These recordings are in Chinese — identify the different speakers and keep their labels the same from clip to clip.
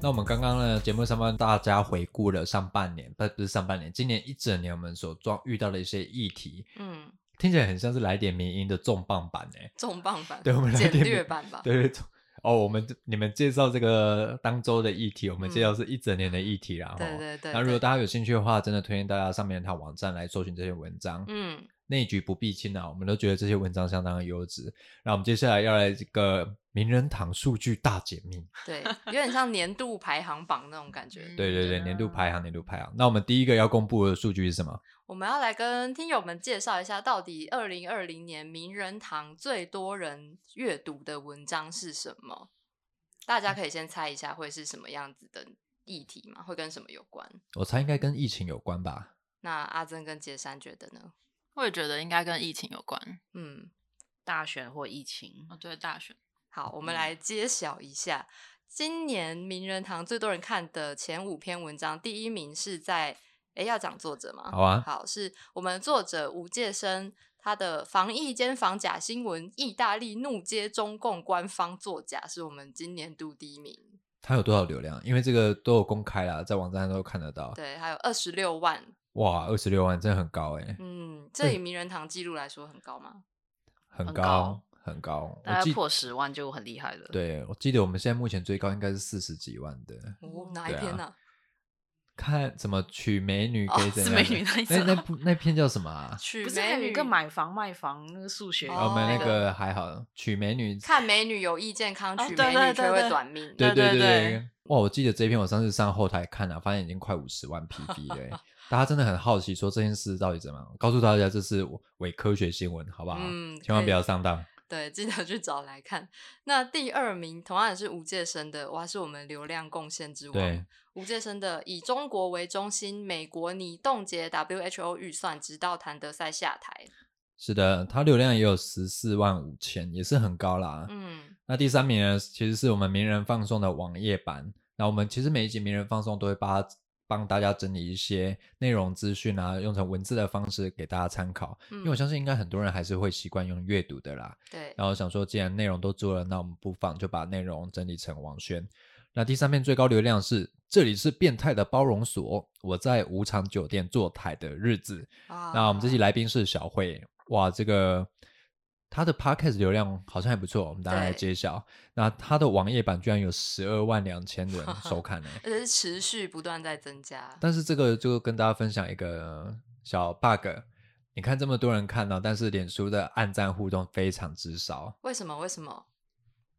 Speaker 1: 那我们刚刚呢，节目上半大家回顾了上半年，不不是上半年，今年一整年我们所撞遇到的一些议题，
Speaker 2: 嗯，
Speaker 1: 听起来很像是来点民音的重磅版哎、
Speaker 2: 重磅版，
Speaker 1: 对我们来
Speaker 2: 简
Speaker 1: 点
Speaker 2: 略版吧。
Speaker 1: 对对对，哦，我们你们介绍这个当周的议题，我们介绍是一整年的议题啦，
Speaker 2: 对
Speaker 1: 吼
Speaker 2: 对对
Speaker 1: 那如
Speaker 2: 对
Speaker 1: 果大家有兴趣的话，真的推荐大家上面它网站来搜寻这些文章，
Speaker 2: 嗯，
Speaker 1: 内举不避亲啊，我们都觉得这些文章相当的优质。那我们接下来要来这个名人堂数据大解密，
Speaker 2: 对，有点像年度排行榜那种感觉。
Speaker 1: 对对对，
Speaker 2: 啊
Speaker 1: 年度排行，年度排行。那我们第一个要公布的数据是什么？
Speaker 2: 我们要来跟听友们介绍一下，到底二零二零年名人堂最多人阅读的文章是什么？大
Speaker 1: 嗯
Speaker 2: 家可以先猜一下会是什么样子的议题吗？会跟什么有关？
Speaker 1: 我猜应该跟疫情有关吧。
Speaker 2: 那阿珍跟杰山觉得呢？
Speaker 3: 我也觉得应该跟疫情有关。
Speaker 2: 嗯，
Speaker 4: 大选或疫情，
Speaker 3: 哦，对，大选，
Speaker 2: 好，我们
Speaker 3: 嗯
Speaker 2: 来揭晓一下今年名人堂最多人看的前五篇文章，第一名是在诶，要讲作者吗？
Speaker 1: 好啊，
Speaker 2: 哦好，是我们作者吴介生他的《防疫间防假新闻》，意大利怒揭中共官方作假，是我们今年度第一名。
Speaker 1: 它有多少流量？因为这个都有公开啦，在网站上都看得到。
Speaker 2: 对，还有二十六万，
Speaker 1: 哇，二十六万，真的很高哎、
Speaker 2: 嗯，这
Speaker 1: 对
Speaker 2: 以名人堂记录来说很高吗？
Speaker 1: 很
Speaker 4: 很
Speaker 1: 高
Speaker 4: 高
Speaker 1: 很高。我
Speaker 4: 大概
Speaker 1: 记
Speaker 4: 破十万就很厉害了。，
Speaker 1: 对，我记得我们现在目前最高应该是四十几万的。
Speaker 2: 哦，哪一
Speaker 1: 对啊
Speaker 2: 篇呢、
Speaker 1: 看怎么娶美女
Speaker 2: 哦
Speaker 1: 给怎
Speaker 3: 是
Speaker 1: 样
Speaker 3: 美
Speaker 1: 的？
Speaker 3: 女那一
Speaker 1: 那
Speaker 3: 种
Speaker 1: 那部那片叫什么啊？
Speaker 2: 娶
Speaker 4: 不是
Speaker 2: 美
Speaker 4: 还有
Speaker 2: 女
Speaker 4: 一个买房卖房那个数学，
Speaker 1: 我们那
Speaker 2: 哦
Speaker 1: 个还好，娶美女
Speaker 2: 看美女有益健康，
Speaker 3: 哦
Speaker 2: 娶
Speaker 3: 对
Speaker 2: 美
Speaker 3: 对
Speaker 2: 女却
Speaker 3: 对
Speaker 2: 会
Speaker 3: 对
Speaker 2: 短命。
Speaker 1: 对对
Speaker 3: 对对
Speaker 1: 对。哇，我记得这一篇我上次上后台看了、啊发现已经快五十万 PV 了欸、大家真的很好奇说这件事到底怎么样？告诉大家这是伪科学新闻，好不好？
Speaker 2: 嗯
Speaker 1: 千万不
Speaker 2: 可以
Speaker 1: 要上当。
Speaker 2: 对，记得去找来看。那第二名同样也是吴界生的，哇，是我们流量贡献之
Speaker 1: 对
Speaker 2: 王。吴界生的《以中国为中心，美国拟冻结 WHO 预算，直到谭德赛下台》。
Speaker 1: 是的，它流量也有十四万五千，也是很高啦。
Speaker 2: 嗯，
Speaker 1: 那第三名呢，其实是我们名人放送的网页版。那我们其实每一集名人放送都会帮帮大家整理一些内容资讯啊，用成文字的方式给大家参考。因为我
Speaker 2: 嗯
Speaker 1: 相信应该很多人还是会习惯用阅读的啦。
Speaker 2: 对，
Speaker 1: 然后想说，既然内容都做了，那我们不妨就把内容整理成网宣。那第三篇最高流量是这里是变态的包容所，我在无常酒店坐台的日子。那我们这期
Speaker 2: 来
Speaker 1: 来宾是小慧，哇，这个她的 podcast 流量好像还不错，我们大家来
Speaker 2: 对
Speaker 1: 揭晓。那她的网页版居然有十二万两千人收看呢、
Speaker 2: 而且是呃持续不断在增加。
Speaker 1: 但是这个就跟大家分享一个小 bug，你看这么多人看到、但是脸书的按赞互动非常之少，
Speaker 2: 为什么？为什么？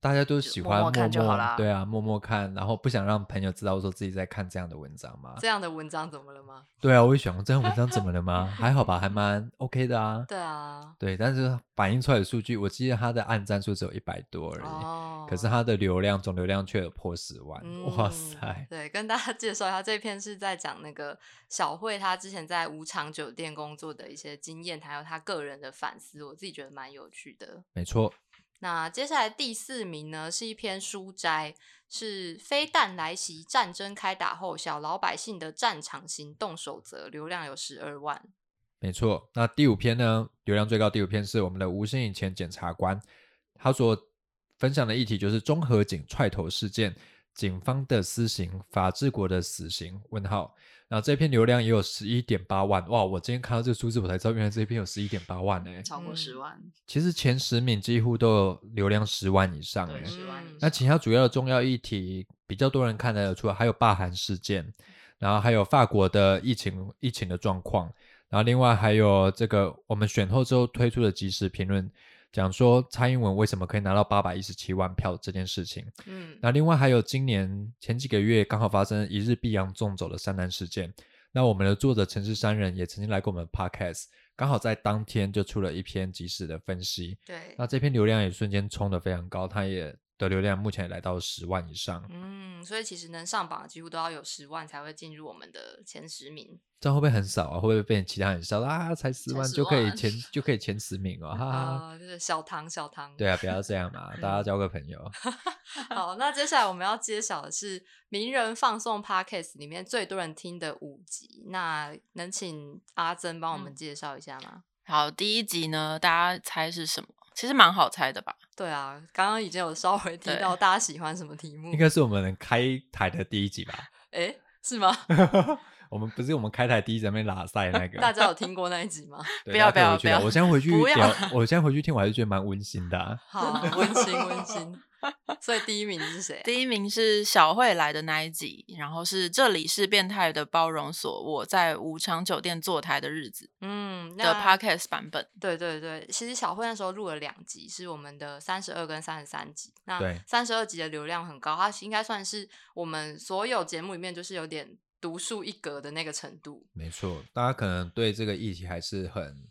Speaker 1: 大家都
Speaker 4: 就
Speaker 1: 喜
Speaker 4: 默
Speaker 1: 欢默
Speaker 4: 默看就好啦
Speaker 1: 对啊，默默看，然后不想让朋友知道说自己在看这样的文章嘛。
Speaker 2: 这样的文章怎么了吗？
Speaker 1: 对啊，我也想这样文章怎么了吗？还好吧，还蛮 OK 的啊。
Speaker 2: 对啊，
Speaker 1: 对，但是反映出来的数据，我记得它的按赞数只有一百多而已，
Speaker 2: 哦，
Speaker 1: 可是它的流量总流量却有破十万，哇塞
Speaker 2: 嗯！！对，跟大家介绍一下，这篇是在讲那个小慧她之前在无偿酒店工作的一些经验，还有她个人的反思，我自己觉得蛮有趣的。
Speaker 1: 没错，
Speaker 2: 那接下来第四名呢，是一篇书摘，是飞弹来袭，战争开打后小老百姓的战场行动守则，流量有十二万。
Speaker 1: 没错。那第五篇呢，流量最高第五篇是我们的吴姓以前检察官，他所分享的议题就是中和警踹头事件，警方的私刑，法治国的死刑？问号。然后这篇流量也有十一点八万，哇！我今天看到这个数字，我才知道原来这篇有十一点八万呢、
Speaker 4: 超过
Speaker 2: 嗯
Speaker 4: 十万，
Speaker 1: 其实前十名几乎都有流量十万以上哎、
Speaker 4: 对，十万以
Speaker 2: 嗯
Speaker 4: 上。
Speaker 3: 啊
Speaker 1: 那其他主要的重要议题比较多人看得出来，还有罢韩事件，然后还有法国的疫情疫情的状况，然后另外还有这个我们选后之后推出的即时评论，讲说蔡英文为什么可以拿到八百一十七万票这件事情。
Speaker 2: 嗯，
Speaker 1: 那另外还有今年前几个月刚好发生一日必阳纵走的三难事件，那我们的作者陈氏三人也曾经来过我们的 podcast，刚好在当天就出了一篇即时的分析，
Speaker 2: 对
Speaker 1: 那这篇流量也瞬间冲得非常高，它也的流量目前也来到十万以上，
Speaker 2: 嗯，所以其实能上榜的几乎都要有十万才会进入我们的前十名。
Speaker 1: 这样会不会很少啊？会不会被其他人笑啊？才十
Speaker 3: 才
Speaker 1: 万
Speaker 3: 10
Speaker 1: 就可以
Speaker 3: 万
Speaker 1: 前就可以前十名哦，哈哈。
Speaker 2: 啊、就是小唐，小唐。
Speaker 1: 对啊，不要这样嘛，
Speaker 3: 嗯
Speaker 1: 大家交个朋 友。
Speaker 2: 好，那接下来我们要揭晓的是名人放送 podcast 里面最多人听的五集，那能请阿珍帮我们
Speaker 3: 嗯
Speaker 2: 介绍一下吗？
Speaker 3: 好，第一集呢，大家猜是什么？其实蛮好猜的吧？
Speaker 2: 对啊，刚刚已经有稍微提
Speaker 3: 对
Speaker 2: 到大家喜欢什么题目
Speaker 1: 应，该是我们开台的第一集 吧？
Speaker 2: 哎，是吗？
Speaker 1: 我们不是我们开台第一集在那边拉赛 那个，
Speaker 2: 大家有听过那一集吗？
Speaker 1: 对
Speaker 3: 不要
Speaker 1: 大家可以
Speaker 3: 不要
Speaker 1: 回去啊聊
Speaker 3: 不要
Speaker 1: 我现在回去
Speaker 3: 不要
Speaker 1: 聊，我现在回去听，我还是觉得蛮温馨的 啊、
Speaker 2: 好，温馨温馨。所以第一名是谁？
Speaker 3: 第一名是小慧来的那一集，然后是这里是变态的包容所，我在无常酒店坐台的日子
Speaker 2: 嗯，
Speaker 3: 的
Speaker 2: 那
Speaker 3: podcast 版本。
Speaker 2: 对对对，其实小慧那时候录了两集，是我们的三十二跟三十三集。那
Speaker 1: 对
Speaker 2: 三十二集的流量很高，它应该算是我们所有节目里面就是有点独树一格的那个程度。
Speaker 1: 没错，大家可能对这个议题还是很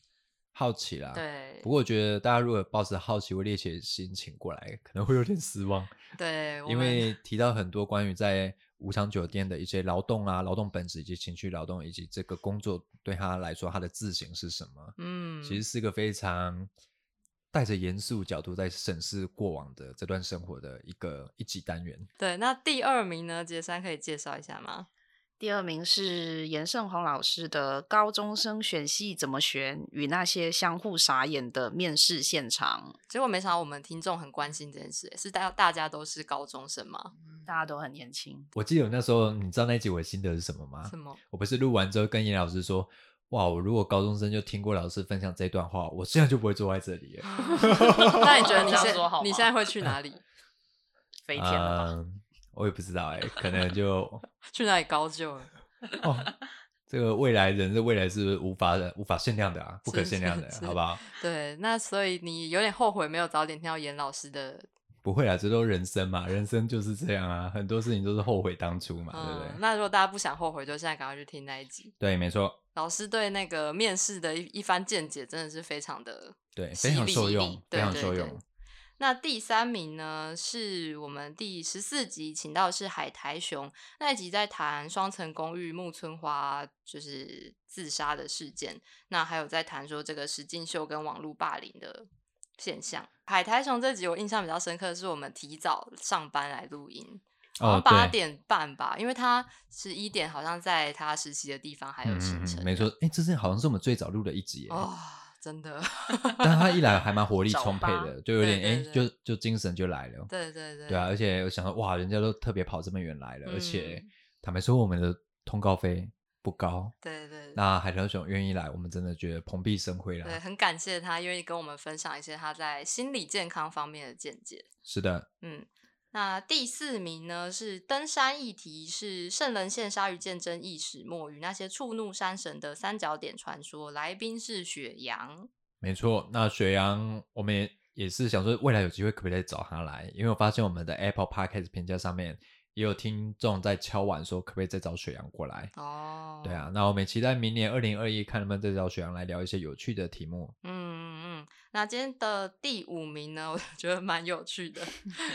Speaker 1: 好奇啦。。
Speaker 2: 对
Speaker 1: 啊不，过我觉得大家如果抱着好奇或猎奇的心情过来，可能会有点失望，
Speaker 2: 对， 我
Speaker 1: 因
Speaker 2: 们
Speaker 1: 为提到很多关于在无偿酒店的一些劳动啊、劳动本质以及情绪劳动，以及这个工作对他来说它的自省是什么。
Speaker 2: 嗯，
Speaker 1: 其实是个非常带着严肃角度在审视过往的这段生活的一个一级单元。
Speaker 2: 对。那第二名呢，杰山可以介绍一下吗？
Speaker 4: 第二名是严胜宏老师的《高中生选系怎么选》与那些相互傻眼的面试现场，
Speaker 2: 结果没想到我们听众很关心这件事，是大大家都是高中生吗？
Speaker 4: 大家都很年轻。
Speaker 1: 我记得我那时候，你知道那一集我的心得是什么吗
Speaker 2: 什？么？
Speaker 1: 我不是录完之后跟严老师说，哇，我如果高中生就听过老师分享这段话，我这样就不会坐在这里了。
Speaker 2: 那你觉得你
Speaker 4: 这样
Speaker 2: 现
Speaker 4: 说好
Speaker 2: 你
Speaker 4: 吗
Speaker 2: 现 在会去哪里？
Speaker 4: 飞天了吧？
Speaker 1: 嗯我也不知道哎、可能就
Speaker 2: 去哪里高就了？
Speaker 1: 哦，这个未来人的未来是无法的、无法限量的啊，不可
Speaker 2: 是
Speaker 1: 限量的，
Speaker 2: 是是
Speaker 1: 好不好？
Speaker 2: 对，那所以你有点后悔没有早点听到严老师的，
Speaker 1: 不会啦，这都人生嘛，人生就是这样啊，很多事情都是后悔当初嘛，对不对
Speaker 2: 嗯，？那如果大家不想后悔，就现在赶快去听那一集。
Speaker 1: 对，没错，
Speaker 2: 老师对那个面试的一一番见解真的是非常的
Speaker 1: 对，
Speaker 2: 犀
Speaker 1: 哎非常
Speaker 2: 利
Speaker 1: 受用，非
Speaker 2: 对
Speaker 1: 常
Speaker 2: 对
Speaker 1: 受
Speaker 2: 对
Speaker 1: 用。哦
Speaker 2: 那第三名呢，是我们第十四集请到的是海苔熊那一集，在谈双层公寓木村花就是自杀的事件，那还有在谈说这个石进秀跟网络霸凌的现象。海苔熊这集我印象比较深刻，是我们提早上班来录音，好像
Speaker 1: 哦，
Speaker 2: 八
Speaker 1: 对，
Speaker 2: 点半吧，因为他十一点好像在他实习的地方还有行程，
Speaker 1: 没错。哎，这是好像是我们最早录的一集耶，
Speaker 2: 哦，真的，
Speaker 1: 但他一来还蛮活力
Speaker 4: 早
Speaker 1: 充沛
Speaker 4: 八
Speaker 1: 的，就有
Speaker 2: 对
Speaker 1: 点哎，
Speaker 2: 对
Speaker 1: 就就精神就来了。
Speaker 2: 对对对，
Speaker 1: 对啊，而且我想到哇，人家都特别跑这么远来了，而且
Speaker 2: 嗯
Speaker 1: 坦白说，我们的通告费不高，
Speaker 2: 对对对
Speaker 1: 那海豚熊愿意来，我们真的觉得蓬荜生辉
Speaker 2: 对，
Speaker 1: 啦。
Speaker 2: 很感谢他愿意跟我们分享一些他在心理健康方面的见解。
Speaker 1: 是的，
Speaker 2: 嗯，那第四名呢是登山议题，是圣人县鲨鱼见争议始末与那些触怒山神的三角点传说。来宾是雪阳，
Speaker 1: 没错。那雪阳，我们也也是想说，未来有机会可不可以再找他来？因为我发现我们的 Apple Podcast 评价上面也有听众在敲碗说，可不可以再找雪阳过来？
Speaker 2: 哦，
Speaker 1: 对，啊，那我们也期待明年二零二一看能不能再找雪阳来聊一些有趣的题目。
Speaker 2: 嗯嗯嗯，那今天的第五名呢，我 觉得蛮有趣的，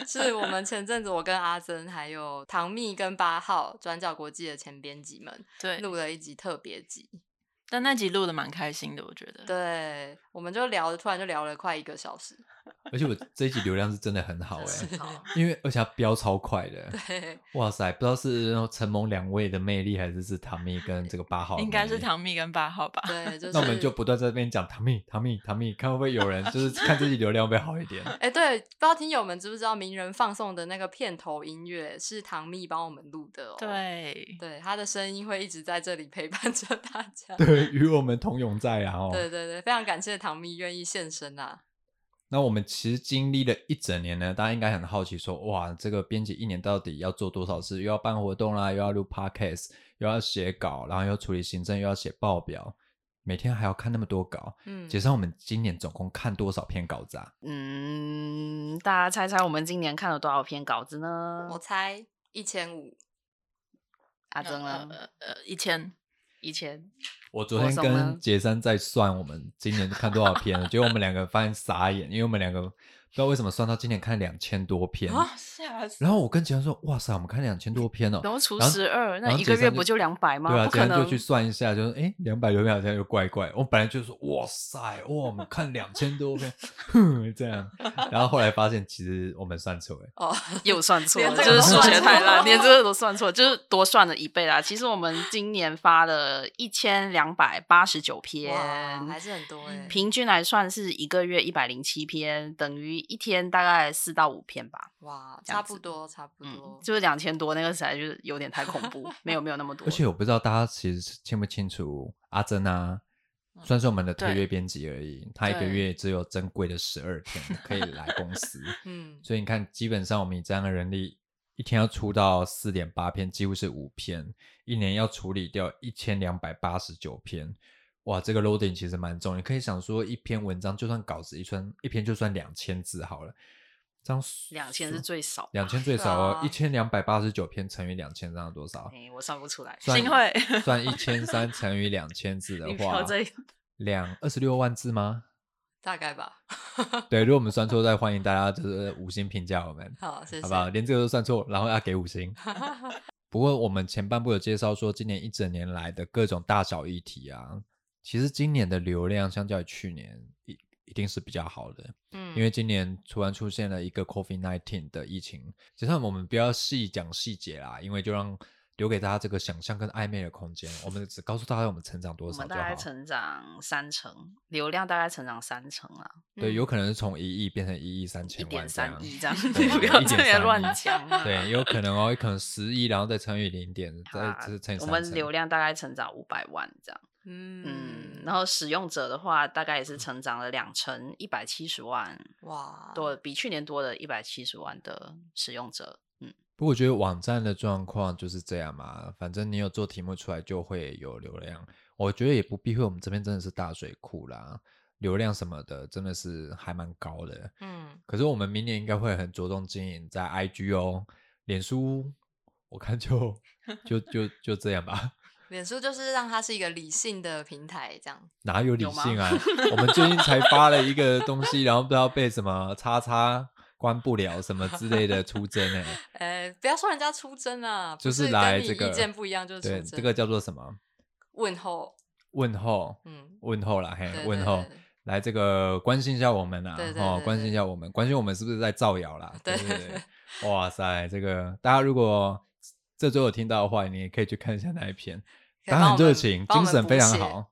Speaker 2: 是我们前阵子我跟阿珍还有唐蜜跟八号转角国际的前编辑们
Speaker 3: 对，
Speaker 2: 录了一集特别集，
Speaker 3: 但那集录的蛮开心的，我觉得。
Speaker 2: 对，我们就聊，突然就聊了快一个小时，
Speaker 1: 而且我这一集流量是真的很好哎、
Speaker 4: 真好，
Speaker 1: 因为而且它飙超快的，
Speaker 2: 对，
Speaker 1: 哇塞！不知道是那种承蒙两位的魅力，还是是唐蜜跟这个八号的魅力，
Speaker 3: 应该是唐蜜跟八号吧？
Speaker 2: 对，就 是
Speaker 1: 那我们就不断在这边讲唐蜜、唐蜜、唐蜜，看会不会有人就是看自己流量会不会好一点。
Speaker 2: 哎、对，不知道听友们知不知道，名人放送的那个片头音乐是唐蜜帮我们录的哦。，
Speaker 3: 对，
Speaker 2: 对，他的声音会一直在这里陪伴着大家。
Speaker 1: 对，与我们同永在啊哦。
Speaker 2: 对对对非常感谢唐蜜愿意现身啊。
Speaker 1: 那我们其实经历了一整年呢，大家应该很好奇说，哇，这个编辑一年到底要做多少事？又要办活动啦，又要录 podcast，又要写稿，然后又处理行政，又要写报表，每天还要看那么多稿。
Speaker 2: 嗯，
Speaker 1: 解释我们今年总共看多少篇稿子啊？
Speaker 4: 嗯，大家猜猜我们今年看了多少篇稿子呢
Speaker 2: 我？猜一 千五，
Speaker 4: 阿珍
Speaker 3: 呃
Speaker 4: 呢？
Speaker 3: 呃呃，一千，
Speaker 4: 一千。
Speaker 1: 我昨
Speaker 4: 我
Speaker 1: 天
Speaker 4: 懂
Speaker 1: 跟
Speaker 4: 了
Speaker 1: 杰森在算我们今年看多少篇了，结果我们两个发现傻眼，因为我们两个不知道为什么算到今年看两千多篇。
Speaker 3: 啊，吓死！
Speaker 1: 然后我跟杰恩说：“哇塞，我们看两千多篇哦。”
Speaker 4: 然后除
Speaker 1: 然后
Speaker 4: 十二，
Speaker 1: 然
Speaker 4: 那
Speaker 1: 后
Speaker 4: 一
Speaker 1: 杰
Speaker 4: 个
Speaker 1: 森
Speaker 4: 月不就两百吗？
Speaker 1: 对啊，
Speaker 4: 不
Speaker 1: 杰
Speaker 4: 可
Speaker 1: 恩就
Speaker 4: 能。
Speaker 1: 去算一下，就是哎，两百流秒好像又怪怪。我本来就说：“哇塞，哇，我们看两千多篇，哼， 这样。”然后后来发现其实我们算错了。
Speaker 2: 哦，
Speaker 4: 又算错了，
Speaker 2: 连
Speaker 4: 就
Speaker 2: 这
Speaker 4: 是
Speaker 2: 个
Speaker 4: 数
Speaker 2: 都算
Speaker 4: 学太
Speaker 2: 错
Speaker 4: 烂，
Speaker 2: 了
Speaker 4: 连这个都算错，就是多算了一倍啦。其实我们今年发了一千两百八十九
Speaker 2: 哇，还
Speaker 4: 篇，
Speaker 2: 是很多哎、
Speaker 4: 平均来算是一个月一百零七篇，等于一天大概四到五篇吧。
Speaker 2: 哇，
Speaker 4: 这样
Speaker 2: 差
Speaker 4: 子
Speaker 2: 不多，差不
Speaker 4: 嗯
Speaker 2: 多，，
Speaker 4: 就是两千多那个实在就是有点太恐怖，没有没有那么多。
Speaker 1: 而且我不知道大家其实清不清楚阿珍啊，
Speaker 4: 嗯
Speaker 1: 算是我们的推
Speaker 3: 对
Speaker 1: 约编辑而已，她一个
Speaker 3: 对
Speaker 1: 月只有珍贵的十二天可以来公 司。
Speaker 2: 嗯，
Speaker 1: 所以你看，基本上我们以这样的人力，一天要出到四点八篇，几乎是五篇，一年要处理掉一千两百八十九篇。哇，这个 loading 其实蛮重，你可以想说，一篇文章就算稿子一算一篇就算两千字好了，这样
Speaker 4: 两千是最少吧，
Speaker 1: 两千最少哦，
Speaker 2: 对啊
Speaker 1: 一千两百八十九篇乘以两千，这样多少？
Speaker 4: 哎，我算不出来。
Speaker 1: 算
Speaker 3: 幸会
Speaker 1: 算一千三乘以两千字的
Speaker 4: 你不
Speaker 1: 话
Speaker 4: 要这样，
Speaker 1: 两二十六万字吗？
Speaker 2: 大概吧。
Speaker 1: 对，如果我们算错，再欢迎大家就是五星评价我们。
Speaker 2: 好，谢谢。
Speaker 1: 好不好？ 连这个都算错，然后要给五星。不过我们前半部有介绍说，今年一整年来的各种大小议题啊，其实今年的流量相较于去年一一定是比较好的，
Speaker 2: 嗯，
Speaker 1: 因为今年突然出现了一个 COVID nineteen 的疫情，就像我们不要细讲细节啦，因为就让留给大家这个想象跟暧昧的空间，我们只告诉大家我们成长多
Speaker 4: 我
Speaker 1: 少
Speaker 4: 们
Speaker 1: 就
Speaker 4: 大
Speaker 1: 好
Speaker 4: 概。成长三成，流量大概成长三成啊，
Speaker 1: 对，
Speaker 2: 嗯
Speaker 1: 有可能是从一亿变成一亿三
Speaker 4: 一
Speaker 1: 千万
Speaker 4: 点
Speaker 1: 啊这
Speaker 4: 三
Speaker 1: 样，
Speaker 4: 亿这样，
Speaker 1: 对啊
Speaker 4: 不要这
Speaker 1: 1.3
Speaker 4: 样乱
Speaker 1: 亿
Speaker 4: 讲啊。
Speaker 1: 对，有可能哦，可能十亿，然后再乘以零点，
Speaker 4: 好
Speaker 1: 再
Speaker 4: 啦
Speaker 1: 再乘以
Speaker 4: 啊我
Speaker 1: 三
Speaker 4: 们
Speaker 1: 成
Speaker 4: 流量大概成长五百万这样，嗯，
Speaker 2: 嗯，
Speaker 4: 然后使用者的话大概也是成长了两成，一百七十万
Speaker 2: 哇，
Speaker 4: 多，比去年多了一百七十万的使用者，嗯，
Speaker 1: 不过我觉得网站的状况就是这样嘛，反正你有做题目出来就会有流量，我觉得也不避讳我们这边真的是大水库啦，流量什么的真的是还蛮高的。
Speaker 2: 嗯，
Speaker 1: 可是我们明年应该会很着重经营在 IG 哦，脸书我看就 就就就这样吧，
Speaker 2: 脸书就是让它是一个理性的平台，这样。
Speaker 1: 哪有理
Speaker 4: 有吗
Speaker 1: 性啊？我们最近才发了一个东西，然后不知道被什么叉叉关不了什么之类 的出征欸呢、
Speaker 2: 呃，不要说人家出征啊，不
Speaker 1: 就是来
Speaker 2: 跟你
Speaker 1: 这个
Speaker 2: 意见不一样就是出
Speaker 1: 对
Speaker 2: 征。
Speaker 1: 这个叫做什么
Speaker 2: 问候，
Speaker 1: 问候。
Speaker 2: 嗯，
Speaker 1: 问候啦，嘿，
Speaker 2: 对
Speaker 1: 呃问
Speaker 2: 对
Speaker 1: 候
Speaker 2: 对
Speaker 1: 来这个关心一下我们啦，
Speaker 2: 对对对
Speaker 1: 哦，
Speaker 2: 对
Speaker 1: 关心一下我们，关心我们是不是在造谣啦？
Speaker 2: 对
Speaker 1: 对对，哇塞，这个大家如果这周有听到的话，你也可以去看一下那一篇，
Speaker 2: 可以
Speaker 1: 大
Speaker 2: 帮
Speaker 1: 家
Speaker 2: 我
Speaker 1: 很热
Speaker 2: 们
Speaker 1: 情，
Speaker 2: 帮我
Speaker 1: 精
Speaker 2: 们
Speaker 1: 神非
Speaker 2: 补
Speaker 1: 常
Speaker 2: 血
Speaker 1: 好，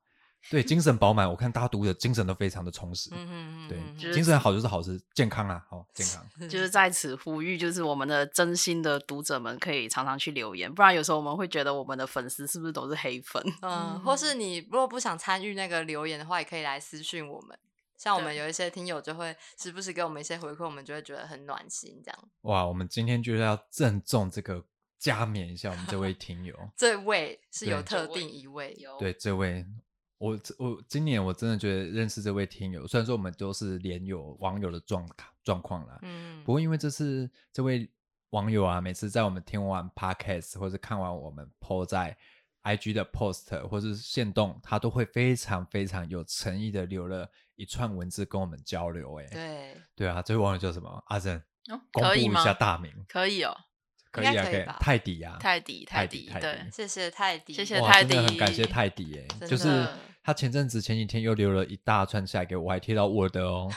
Speaker 1: 对，精神饱满，我看大家读的精神都非常的充实，
Speaker 2: 嗯嗯嗯，
Speaker 1: 对
Speaker 2: 嗯，
Speaker 4: 就是
Speaker 1: 精神好就是好事，健康啊，好、健 康，
Speaker 4: 就是在此呼吁，就是我们的真心的读者们可以常常去留言，不然有时候我们会觉得我们的粉丝是不是都是黑粉？
Speaker 2: 嗯，或是你如果不想参与那个留言的话，也可以来私讯我们。像我们
Speaker 3: 对
Speaker 2: 有一些听友就会时不时给我们一些回馈，我们就会觉得很暖心。这样，
Speaker 1: 哇，我们今天就是要郑重这个加冕一下我们这位听 友，
Speaker 2: 这位是有
Speaker 1: 对
Speaker 2: 特
Speaker 3: 这位
Speaker 2: 定一位，
Speaker 3: 有
Speaker 1: 对这位，我这我今年我真的觉得认识这位听友，虽然说我们都是连友网友的状状况啦，
Speaker 2: 嗯，
Speaker 1: 不过因为这次这位网友啊，每次在我们听完 podcast 或是看完我们 po 在 IG 的 post 或是线动，他都会非常非常有诚意的留了一串文字跟我们交流、欸。哎，
Speaker 2: 对，
Speaker 1: 对啊，这位网友叫什么？阿珍，
Speaker 3: 哦
Speaker 1: 公
Speaker 3: 可
Speaker 1: 布
Speaker 3: 以
Speaker 1: 一
Speaker 3: 吗？
Speaker 1: 下大名，
Speaker 3: 可以哦，
Speaker 1: 可以
Speaker 2: 应
Speaker 1: 啊，
Speaker 2: 该可以
Speaker 1: 可以
Speaker 2: 吧，
Speaker 1: 泰迪啊，
Speaker 3: 泰迪，
Speaker 1: 泰
Speaker 3: 迪，
Speaker 1: 迪泰
Speaker 3: 对
Speaker 1: 迪，
Speaker 2: 谢谢泰迪，
Speaker 3: 谢谢
Speaker 1: 哇
Speaker 3: 泰
Speaker 1: 真的很感谢
Speaker 3: 迪
Speaker 1: 泰迪耶、
Speaker 2: 真
Speaker 1: 就是
Speaker 2: 的
Speaker 1: 他前阵子前几天又留了一大串下来给我，我还贴到 Word 哦，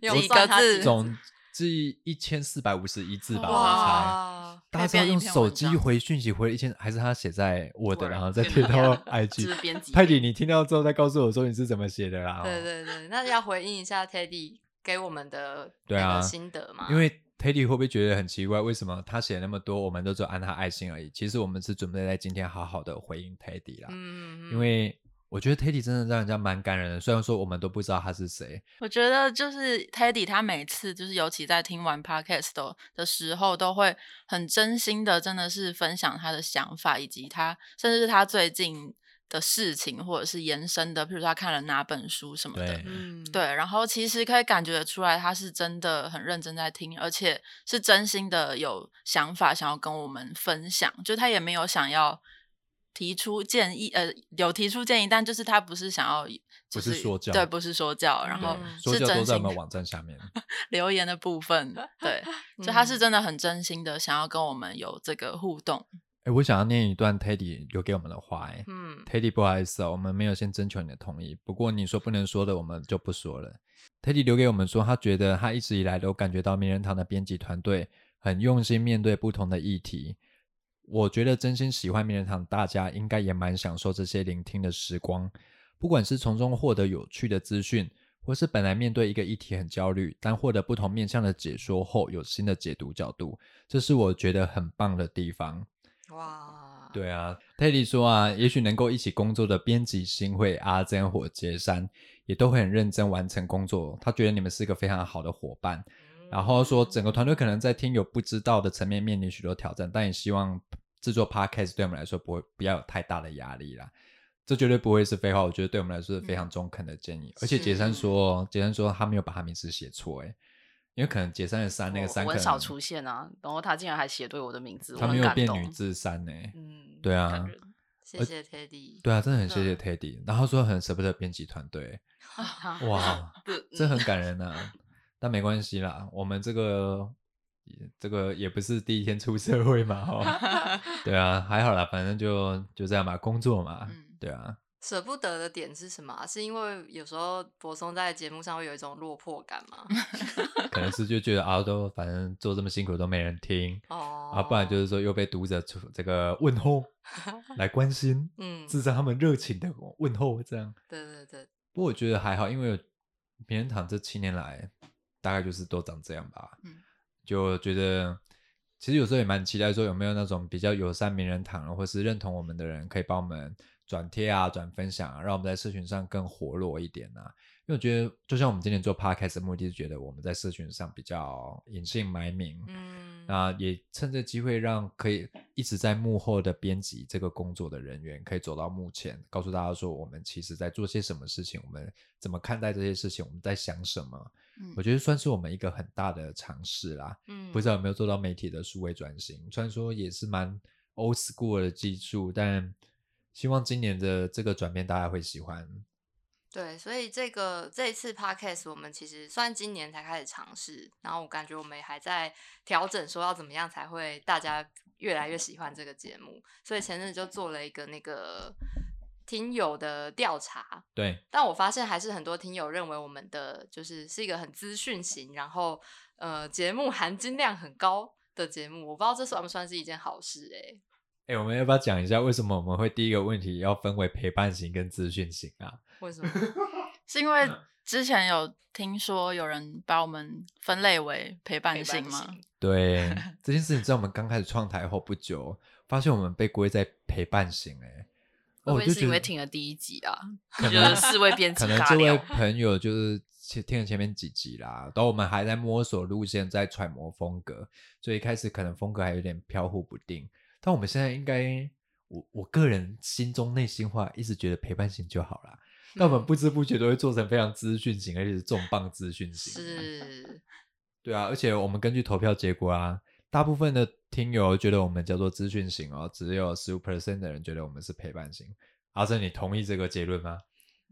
Speaker 2: 有
Speaker 3: 几
Speaker 2: 算
Speaker 3: 个
Speaker 2: 他
Speaker 3: 字
Speaker 1: 总计一千四百五十一字吧，我猜。
Speaker 2: 哇，
Speaker 1: 大家是
Speaker 3: 可以
Speaker 1: 要
Speaker 3: 变一
Speaker 1: 用
Speaker 3: 篇
Speaker 1: 手
Speaker 3: 文
Speaker 1: 机
Speaker 3: 章
Speaker 1: 回讯息回一千，还是他写在 Word，
Speaker 4: Word，
Speaker 1: 然后再
Speaker 4: 对
Speaker 1: 贴
Speaker 4: 对
Speaker 1: 到
Speaker 4: 对就是
Speaker 1: IG？
Speaker 4: 编辑
Speaker 1: 泰迪，你听到之后再告诉我说你是怎么写的啦。
Speaker 2: 对
Speaker 1: 哦
Speaker 2: 对对，那要回应一下 Teddy 给我们的
Speaker 1: 对
Speaker 2: 那个
Speaker 1: 啊
Speaker 2: 心得嘛，
Speaker 1: 因为 Teddy 会不会觉得很奇怪，为什么他写那么多，我们都只有按他爱心而已？其实我们是准备在今天好好的回应 Teddy 啦，
Speaker 2: 嗯，嗯
Speaker 1: 因为我觉得 Teddy 真的让人家蛮感人的，虽然说我们都不知道他是谁，
Speaker 3: 我觉得就是 Teddy 他每次就是尤其在听完 podcast 的的时候，都会很真心的，真的是分享他的想法，以及他甚至是他最近的事情，或者是延伸的，譬如说他看了哪本书什么的
Speaker 1: 对。
Speaker 2: 嗯，
Speaker 3: 对，然后其实可以感觉得出来，他是真的很认真在听，而且是真心的有想法想要跟我们分享，就他也没有想要提出建议，呃，有提出建议，但就是他不是想要，
Speaker 1: 不
Speaker 3: 就是
Speaker 1: 说教
Speaker 3: 对，不是说教，然后
Speaker 2: 嗯
Speaker 1: 说
Speaker 3: 是
Speaker 1: 教都
Speaker 3: 真
Speaker 1: 在我
Speaker 3: 心
Speaker 1: 们网站下面。
Speaker 3: 留言的部分， 对，就他
Speaker 1: 嗯
Speaker 3: 是真的很真心的想要跟我们有这个互 动，
Speaker 1: 哎，我想要念一段 Teddy 留给我们的话，哎
Speaker 2: 嗯，
Speaker 1: ，Teddy 不好意思啊，我们没有先征求你的同意，不过你说不能说的，我们就不说了。Teddy 留给我们说，他觉得他一直以来都感觉到名人堂的编辑团队很用心面对不同的议题。我觉得真心喜欢名人堂，大家应该也蛮享受这些聆听的时光，不管是从中获得有趣的资讯，或是本来面对一个议题很焦虑，但获得不同面向的解说后有新的解读角度，这是我觉得很棒的地方。
Speaker 2: 嗯哇，，
Speaker 1: 对啊，泰迪说啊，也许能够一起工作的编辑新会阿珍火杰山也都会很认真完成工作。他觉得你们是一个非常好的伙伴，
Speaker 4: 嗯
Speaker 1: 然后说
Speaker 2: 嗯
Speaker 1: 整个团队可能在听友不知道的层面面临许多挑战，但也希望制作 podcast 对我们来说不会不要有太大的压力啦。这绝对不会是废话，我觉得对我们来说是非
Speaker 4: 嗯
Speaker 1: 常中肯的建议。而且杰山说，杰山说他没有把他名字写错，诶，因为可能杰山的山那个
Speaker 4: 我
Speaker 1: 山
Speaker 4: 我
Speaker 1: 可
Speaker 4: 哦很少
Speaker 1: 能
Speaker 4: 出现啊，然后他竟然还写对我的名字，我
Speaker 1: 他没
Speaker 4: 很
Speaker 1: 有
Speaker 4: 感
Speaker 1: 变
Speaker 4: 动
Speaker 1: 女，字山呢、
Speaker 4: 嗯，
Speaker 1: 对啊，
Speaker 4: 感人
Speaker 2: 谢谢 Teddy，
Speaker 1: 对啊，真的很谢谢
Speaker 4: 嗯
Speaker 1: Teddy，、然后说很舍不得编辑团队，
Speaker 4: 啊
Speaker 1: 哇，
Speaker 4: 对
Speaker 1: 这很感人啊。但没关系啦，我们这个这个也不是第一天出社会嘛，哦，对啊，还好啦，反正就就这样吧，工作嘛，
Speaker 3: 嗯
Speaker 1: 对啊，
Speaker 2: 舍不得的点是什么啊？是因为有时候柏松在节目上会有一种落魄感吗？
Speaker 1: 可能是就觉得啊，都反正做这么辛苦都没人听，
Speaker 2: 哦，
Speaker 1: 啊，不然就是说又被读者出这个问候来关心，
Speaker 2: 嗯，
Speaker 1: 制造他们热情的问候这样。
Speaker 2: 对对对，
Speaker 1: 不过我觉得还好，因为名人堂这七年来，大概就是都长这样吧。
Speaker 3: 嗯
Speaker 1: 就觉得其实有时候也蛮期待说有没有那种比较友善名人堂，或是认同我们的人，可以帮我们转贴啊、转分享啊，让我们在社群上更活络一点啊。因为我觉得，就像我们今年做 podcast 的目的，是觉得我们在社群上比较隐姓埋名，
Speaker 2: 嗯，
Speaker 1: 那也趁这机会让可以一直在幕后的编辑这个工作的人员可以走到幕前，告诉大家说我们其实在做些什么事情，我们怎么看待这些事情，我们在想什么。
Speaker 3: 嗯
Speaker 1: 我觉得算是我们一个很大的尝试啦。
Speaker 2: 嗯，
Speaker 1: 不知道有没有做到媒体的数位转型，虽然说也是蛮 old school 的技术，但希望今年的这个转变大家会喜欢。
Speaker 2: 对，所以这个这一次 podcast 我们其实算今年才开始尝试，然后我感觉我们也还在调整，说要怎么样才会大家越来越喜欢这个节目。所以前阵子就做了一个那个听友的调查，
Speaker 1: 对，
Speaker 2: 但我发现还是很多听友认为我们的就是是一个很资讯型，然后呃节目含金量很高的节目，我不知道这算不算是一件好事哎、
Speaker 1: 哎，我们要不要讲一下为什么我们会第一个问题要分为陪伴型跟资讯型啊？
Speaker 2: 为 什么？
Speaker 3: 是因
Speaker 1: 嗯
Speaker 3: 为之前有听说有人把我们分类为陪伴
Speaker 4: 陪
Speaker 3: 型
Speaker 4: 伴
Speaker 3: 吗
Speaker 4: 型？
Speaker 1: 对这件事情，在我们刚开始创台后不久，发现我们被归在陪伴型哎、哦，
Speaker 4: 会不
Speaker 1: 我
Speaker 4: 会
Speaker 1: 就是觉
Speaker 4: 因为
Speaker 1: 得
Speaker 4: 听了第一集啊？
Speaker 1: 可
Speaker 4: 就
Speaker 1: 能
Speaker 4: 是四位编辑
Speaker 1: 可能
Speaker 4: 尬
Speaker 1: 这位
Speaker 4: 聊，
Speaker 1: 朋友就是前听了前面几集啦，然后我们还在摸索路线，在揣摩风格，所以一开始可能风格还有点飘忽不定。但我们现在应该，我我个人心中内心话一直觉得陪伴型就好啦。但我们不知不觉都会做成非常资讯型，而且是重磅资讯型。，
Speaker 2: 是
Speaker 1: 对啊，而且我们根据投票结果啊，大部分的听友觉得我们叫做资讯型哦，只有十五 percent 的人觉得我们是陪伴型。阿正，你同意这个结论吗？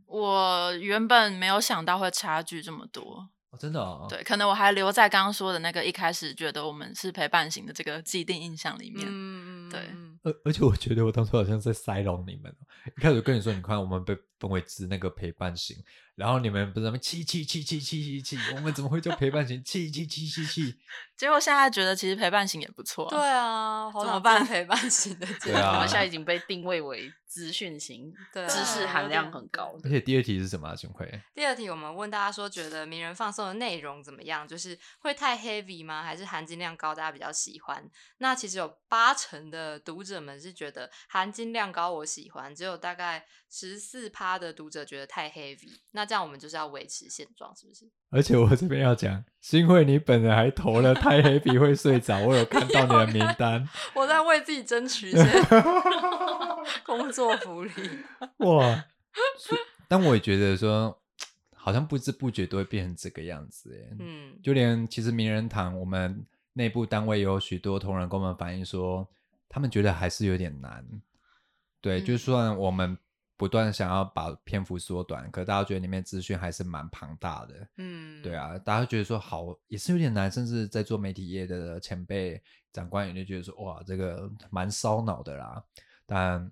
Speaker 3: 我原本没有想到会差距这么多，
Speaker 1: 哦，真的哦，
Speaker 3: 对，可能我还留在刚刚说的那个一开始觉得我们是陪伴型的这个既定印象里面。
Speaker 2: 嗯，
Speaker 3: 对
Speaker 2: 嗯
Speaker 1: 而而且我觉得我当初好像在塞拢你们哦，一开始跟你说，你看我们被分为是那个陪伴型，然后你们不是他们气气气气气气气，我们怎么会叫陪伴型？气气气气气，
Speaker 3: 结果现在觉得其实陪伴型也不错、
Speaker 2: 对，啊，好
Speaker 3: 怎么
Speaker 2: 想做
Speaker 3: 办
Speaker 2: 陪伴型的节
Speaker 1: 对
Speaker 2: 目，
Speaker 1: 啊
Speaker 4: 我们现在已经被定位为资讯型，
Speaker 2: 对啊
Speaker 4: 知识含量很
Speaker 2: 有
Speaker 4: 高
Speaker 2: 点
Speaker 1: 而且第二题是什么、啊？熊辉，
Speaker 2: 第二题，我们问大家说，觉得名人放送的内容怎么样？就是会太 heavy 吗？还是含金量高，大家比较喜欢？那其实有八成的读者们是觉得含金量高，我喜欢，只有大概十四趴的读者觉得太 heavy。那这样我们就是要维持现状，是不是？
Speaker 1: 而且我这边要讲，是因为你本人还投了太黑皮会睡着，我有看到你的名单，
Speaker 2: 我在为自己争取一些 工作福 利。
Speaker 1: 哇！所以但我也觉得说，好像不知不觉都会变成这个样子哎，
Speaker 2: 嗯，
Speaker 1: 就连其实名人堂我们内部单位有许多同仁跟我们反映说，他们觉得还是有点难。对，就
Speaker 3: 嗯
Speaker 1: 算我们不断想要把篇幅缩短，可大家觉得里面资讯还是蛮庞大的。
Speaker 2: 嗯，
Speaker 1: 对，啊，大家觉得说好也是有点难，甚至在做媒体业的前辈长官也就觉得说哇，这个蛮烧脑的啦。但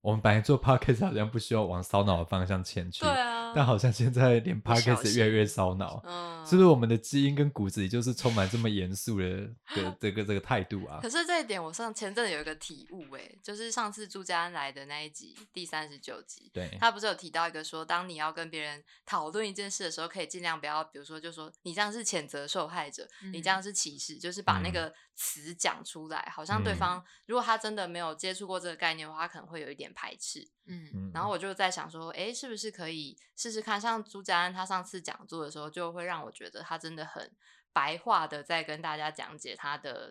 Speaker 1: 我们本来做 podcast 好像不需要往烧脑的方向前去，
Speaker 2: 对啊，
Speaker 1: 但好像现在连
Speaker 2: 不小
Speaker 1: podcast 越来
Speaker 2: 心
Speaker 1: 越烧脑。
Speaker 2: 嗯，
Speaker 1: 是不是我们的基因跟骨子里就是充满这么严肃的 的这个这个态度啊
Speaker 2: 可？是这一点，我上前阵子有一个体悟、欸，就是上次朱家安来的那一集，第三十九集，
Speaker 1: 对，
Speaker 2: 他不是有提到一个说，当你要跟别人讨论一件事的时候，可以尽量不要，比如说就说你这样是谴责受害者，你这样是歧视，就是把那
Speaker 1: 嗯
Speaker 2: 个词讲出来，好像对
Speaker 1: 嗯
Speaker 2: 方如果他真的没有接触过这个概念的话，他可能会有一点排斥。
Speaker 3: 嗯
Speaker 1: 嗯
Speaker 2: 然后我就在想说，诶，是不是可以试试看？像朱家安他上次讲座的时候，就会让我觉得他真的很白话的在跟大家讲解他的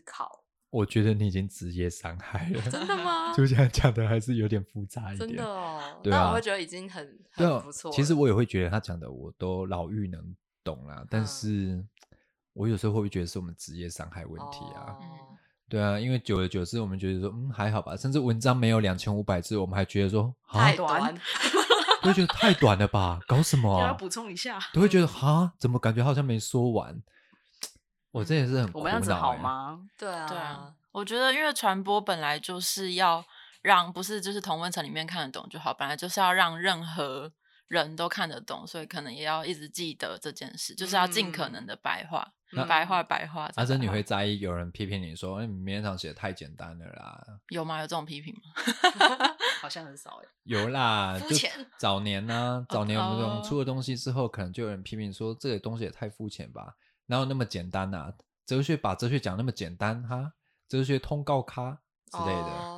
Speaker 2: 考。
Speaker 1: 我觉得你已经职业伤害了，
Speaker 2: 真的吗？
Speaker 1: 就像讲的还是有点复杂一点。
Speaker 2: 真的哦，
Speaker 1: 对
Speaker 2: 那
Speaker 1: 啊
Speaker 2: 我会觉得已经很
Speaker 1: 对
Speaker 2: 很
Speaker 1: 啊
Speaker 2: 不错了。
Speaker 1: 其实我也会觉得他讲的我都老妪能懂啦，但
Speaker 2: 嗯
Speaker 1: 是我有时候会不会觉得是我们职业伤害问题啊？
Speaker 2: 哦
Speaker 1: 对啊，因为久而久之，我们觉得说嗯还好吧，甚至文章没有两千五百字，我们还觉得说啊
Speaker 2: 太，短
Speaker 4: 短，
Speaker 1: 会觉得太短了吧，搞什么
Speaker 4: 要
Speaker 1: 啊？
Speaker 4: 补充一下，嗯
Speaker 1: 都会觉得哈，怎么感觉好像没说完？我这也是很苦恼、
Speaker 4: 我们
Speaker 1: 欸。
Speaker 4: 样子好？吗？
Speaker 2: 对啊，
Speaker 3: 对啊，我觉得因为传播本来就是要让不是就是同温层里面看得懂就好，本来就是要让任何人都看得懂，所以可能也要一直记得这件事，就是要尽可能的白话、
Speaker 2: 那
Speaker 3: 白话、白话。
Speaker 1: 嗯阿
Speaker 3: 再
Speaker 1: 珍，啊
Speaker 3: 白
Speaker 1: 你
Speaker 3: 话
Speaker 1: 会在意有人批评你说，哎、你名片上写的太简单了啦？
Speaker 3: 有吗？有这种批评吗？
Speaker 4: 好像很少哎。
Speaker 1: 有啦，
Speaker 2: 肤
Speaker 1: 就
Speaker 2: 浅
Speaker 1: 早年呢、早年我们这
Speaker 3: 哦
Speaker 1: 种出了东西之后，可能就有人批评说，这个东西也太肤浅吧，哪有那么简单呐、哲学把哲学讲那么简单哈，哲学通告咖之类的。
Speaker 4: 嗯
Speaker 2: 哦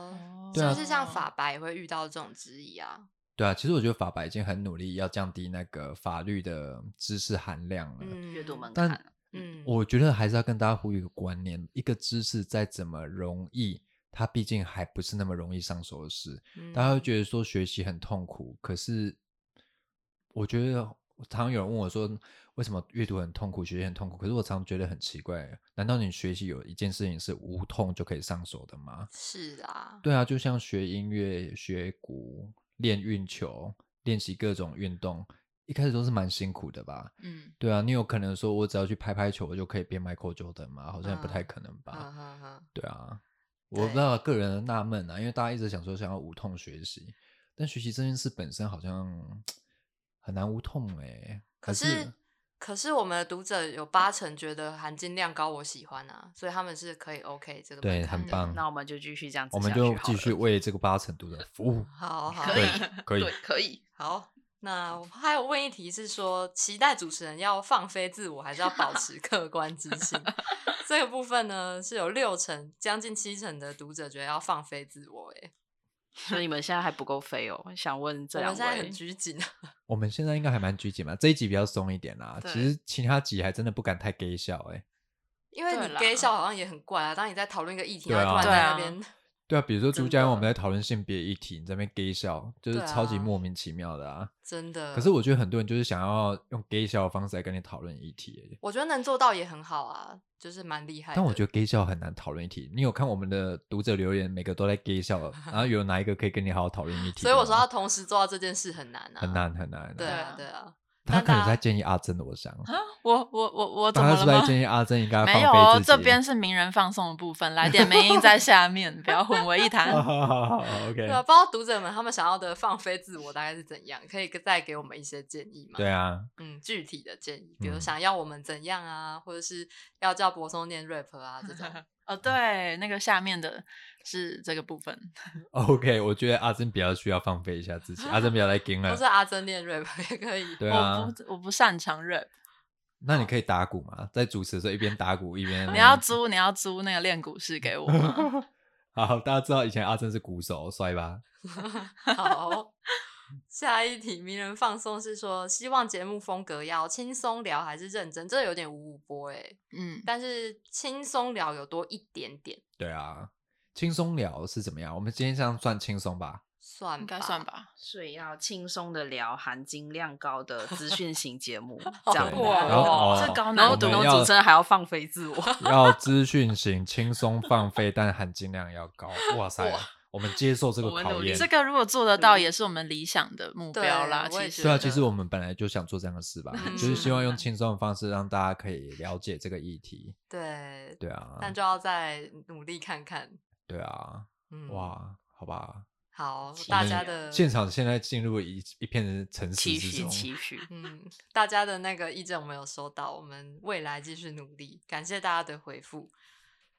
Speaker 1: 对啊
Speaker 2: 是不是像法白也会遇到这种质疑啊？
Speaker 1: 对啊，其实我觉得法白已经很努力要降低那个法律的知识含量了。
Speaker 2: 嗯，
Speaker 4: 阅读门
Speaker 1: 但
Speaker 4: 槛，
Speaker 2: 嗯，
Speaker 1: 我觉得还是要跟大家呼吁一个观念：一个知识再怎么容易，它毕竟还不是那么容易上手的事。
Speaker 2: 嗯
Speaker 1: 大家会觉得说学习很痛苦，可是我觉得常常有人问我说，为什么阅读很痛苦，学习很痛苦？可是我常觉得很奇怪，难道你学习有一件事情是无痛就可以上手的吗？
Speaker 2: 是啊，
Speaker 1: 对啊，就像学音乐、学鼓、练运球、练习各种运动，一开始都是蛮辛苦的吧？
Speaker 3: 嗯，
Speaker 1: 对啊，你有可能说我只要去拍拍球，我就可以变 Michael Jordan 吗？好像也不太
Speaker 2: 嗯
Speaker 1: 可能吧。
Speaker 2: 嗯哼哼，
Speaker 1: 对啊，我不知道个人的纳闷啊，因为大家一直想说想要无痛学习，但学习这件事本身好像很难无痛哎、
Speaker 2: 可
Speaker 1: 还
Speaker 2: 是。可是我们的读者有八成觉得含金量高，我喜欢啊，所以他们是可以 OK 这个
Speaker 1: 对
Speaker 2: 门槛
Speaker 1: 很
Speaker 2: 的
Speaker 1: 棒
Speaker 4: 那我们就继续这样
Speaker 1: 嗯
Speaker 4: 子
Speaker 1: 我
Speaker 4: 下
Speaker 1: 们
Speaker 4: 去好了，
Speaker 1: 就继 续为这个八成度的服务。
Speaker 2: 好好，
Speaker 4: 可以
Speaker 1: 对，可以
Speaker 4: 对，可以。
Speaker 2: 好，那我还有问一题是说，期待主持人要放飞自我，还是要保 持客观之心？这个部分呢，是有六成，将近七成的读者觉得要放飞自我、欸。
Speaker 4: 所以你们现在还不够飞哦，想问这
Speaker 2: 我
Speaker 4: 两
Speaker 2: 们现在
Speaker 4: 位
Speaker 2: 很，拘谨。
Speaker 1: 我们现在应该还蛮拘谨嘛，这一集比较松一点啦。其
Speaker 2: 对
Speaker 1: 实其他集还真的不敢太 gay 笑哎、
Speaker 2: 因为
Speaker 3: 对
Speaker 2: 你
Speaker 3: 啦嗯
Speaker 2: gay 笑好像也很怪啊，当你在讨论一个议题，
Speaker 1: 对
Speaker 2: 然后突
Speaker 1: 啊
Speaker 2: 然在那
Speaker 3: 对啊
Speaker 2: 边，
Speaker 1: 对啊，比如说朱
Speaker 2: 真
Speaker 1: 家安，我
Speaker 2: 的
Speaker 1: 们在讨论性别议题，你在那边 gay 笑，就是
Speaker 2: 对
Speaker 1: 超级
Speaker 2: 啊
Speaker 1: 莫名其妙的啊。
Speaker 2: 真的。
Speaker 1: 可是我觉得很多人就是想要用 gay 笑的方式来跟你讨论议题、欸，
Speaker 2: 我觉得能做到也很好啊，就是蛮厉害的。
Speaker 1: 但我觉得 gay 笑很难讨论一题。你有看我们的读者留言，每个都在 gay 笑，然后有哪一个可以跟你好好讨论一 题的吗？
Speaker 2: 所以我说要同时做到这件事很难啊，
Speaker 1: 很。难很难。很
Speaker 2: 对
Speaker 1: 难
Speaker 2: 啊，对
Speaker 3: 对
Speaker 2: 啊。
Speaker 1: 他
Speaker 2: 但
Speaker 1: 可能
Speaker 2: 大
Speaker 1: 在
Speaker 2: 家
Speaker 1: 建议阿珍的，我想。
Speaker 3: 啊，我我我我怎
Speaker 1: 大
Speaker 3: 么
Speaker 1: 家是不是
Speaker 3: 了吗
Speaker 1: 在？建议阿珍应该
Speaker 3: 没有
Speaker 1: 放
Speaker 3: 哦
Speaker 1: 飞，自己
Speaker 3: 这边是名人放送的部分，来点名音在下面，不要混为一
Speaker 1: 好
Speaker 3: 谈。
Speaker 1: 好好好好，OK
Speaker 2: 对。啊，不知道读者们他们想要的放飞自我大概是怎样，可以再给我们一些建议吗？
Speaker 1: 对啊，
Speaker 2: 嗯，具体的建议，比如
Speaker 1: 嗯
Speaker 2: 想要我们怎样啊，或者是要叫柏松念 rap 啊这 种。
Speaker 3: 哦，对，那个下面的是这个部分。
Speaker 1: OK，我觉得阿珍比较需要放飞一下自己，阿珍比较 来跟
Speaker 2: 或
Speaker 1: 了
Speaker 2: 是。阿珍念 rap 也可以。
Speaker 1: 对啊
Speaker 3: 我，不我不擅长 rap，
Speaker 1: 那你可以打鼓嘛，在主持的时候一边打鼓一边。
Speaker 3: 你要租你要租那个练鼓室给我吗？
Speaker 1: 好，大家知道以前阿珍是鼓手，帅吧？
Speaker 2: 好， 下一题，名人放松是说，希望节目风格要轻松聊还是认真？这有点五五波哎、
Speaker 3: 嗯，
Speaker 2: 但是轻松聊有多一点点，
Speaker 1: 对啊，轻松聊是怎么样？我们今天这样算轻松吧？
Speaker 2: 算
Speaker 3: 应该算。吧。
Speaker 4: 所以要轻松的聊含金量高的 资讯型节目，
Speaker 2: 好
Speaker 4: 这样
Speaker 2: 酷哦
Speaker 1: 然后哦
Speaker 3: 这高
Speaker 4: 然后
Speaker 3: 难
Speaker 1: 我
Speaker 4: 主
Speaker 3: 度
Speaker 1: 们
Speaker 4: 然
Speaker 1: 要
Speaker 4: 后主持人还要放飞自我，
Speaker 1: 要资讯型、轻松放飞，但含金量要高。哇塞，
Speaker 2: 哇
Speaker 1: 我们接受这个
Speaker 3: 我们
Speaker 1: 考
Speaker 3: 努力
Speaker 1: 验。
Speaker 3: 这个如果做得到，
Speaker 2: 嗯
Speaker 3: 也是我们理想的目标啦。
Speaker 2: 对我也
Speaker 3: 其
Speaker 2: 觉
Speaker 3: 实
Speaker 1: 对啊，
Speaker 2: 得
Speaker 1: 其实我们本来就想做这样的事吧，
Speaker 2: 嗯
Speaker 1: 就是希望用轻松的方式让大家可以了解这个议题。
Speaker 2: 对，
Speaker 1: 对啊，
Speaker 2: 但就要再努力看看。
Speaker 1: 对啊，
Speaker 2: 嗯，，呃
Speaker 1: 哇，好吧，
Speaker 2: 好，
Speaker 1: 我
Speaker 2: 大
Speaker 1: 们
Speaker 2: 家的
Speaker 1: 现场现在进入一一片沉思
Speaker 4: 期
Speaker 1: 之
Speaker 4: 许
Speaker 1: 中。
Speaker 4: 期许，
Speaker 2: 嗯，大家的那个意见我们有收到，我们未来继续努力，感谢大家的回复。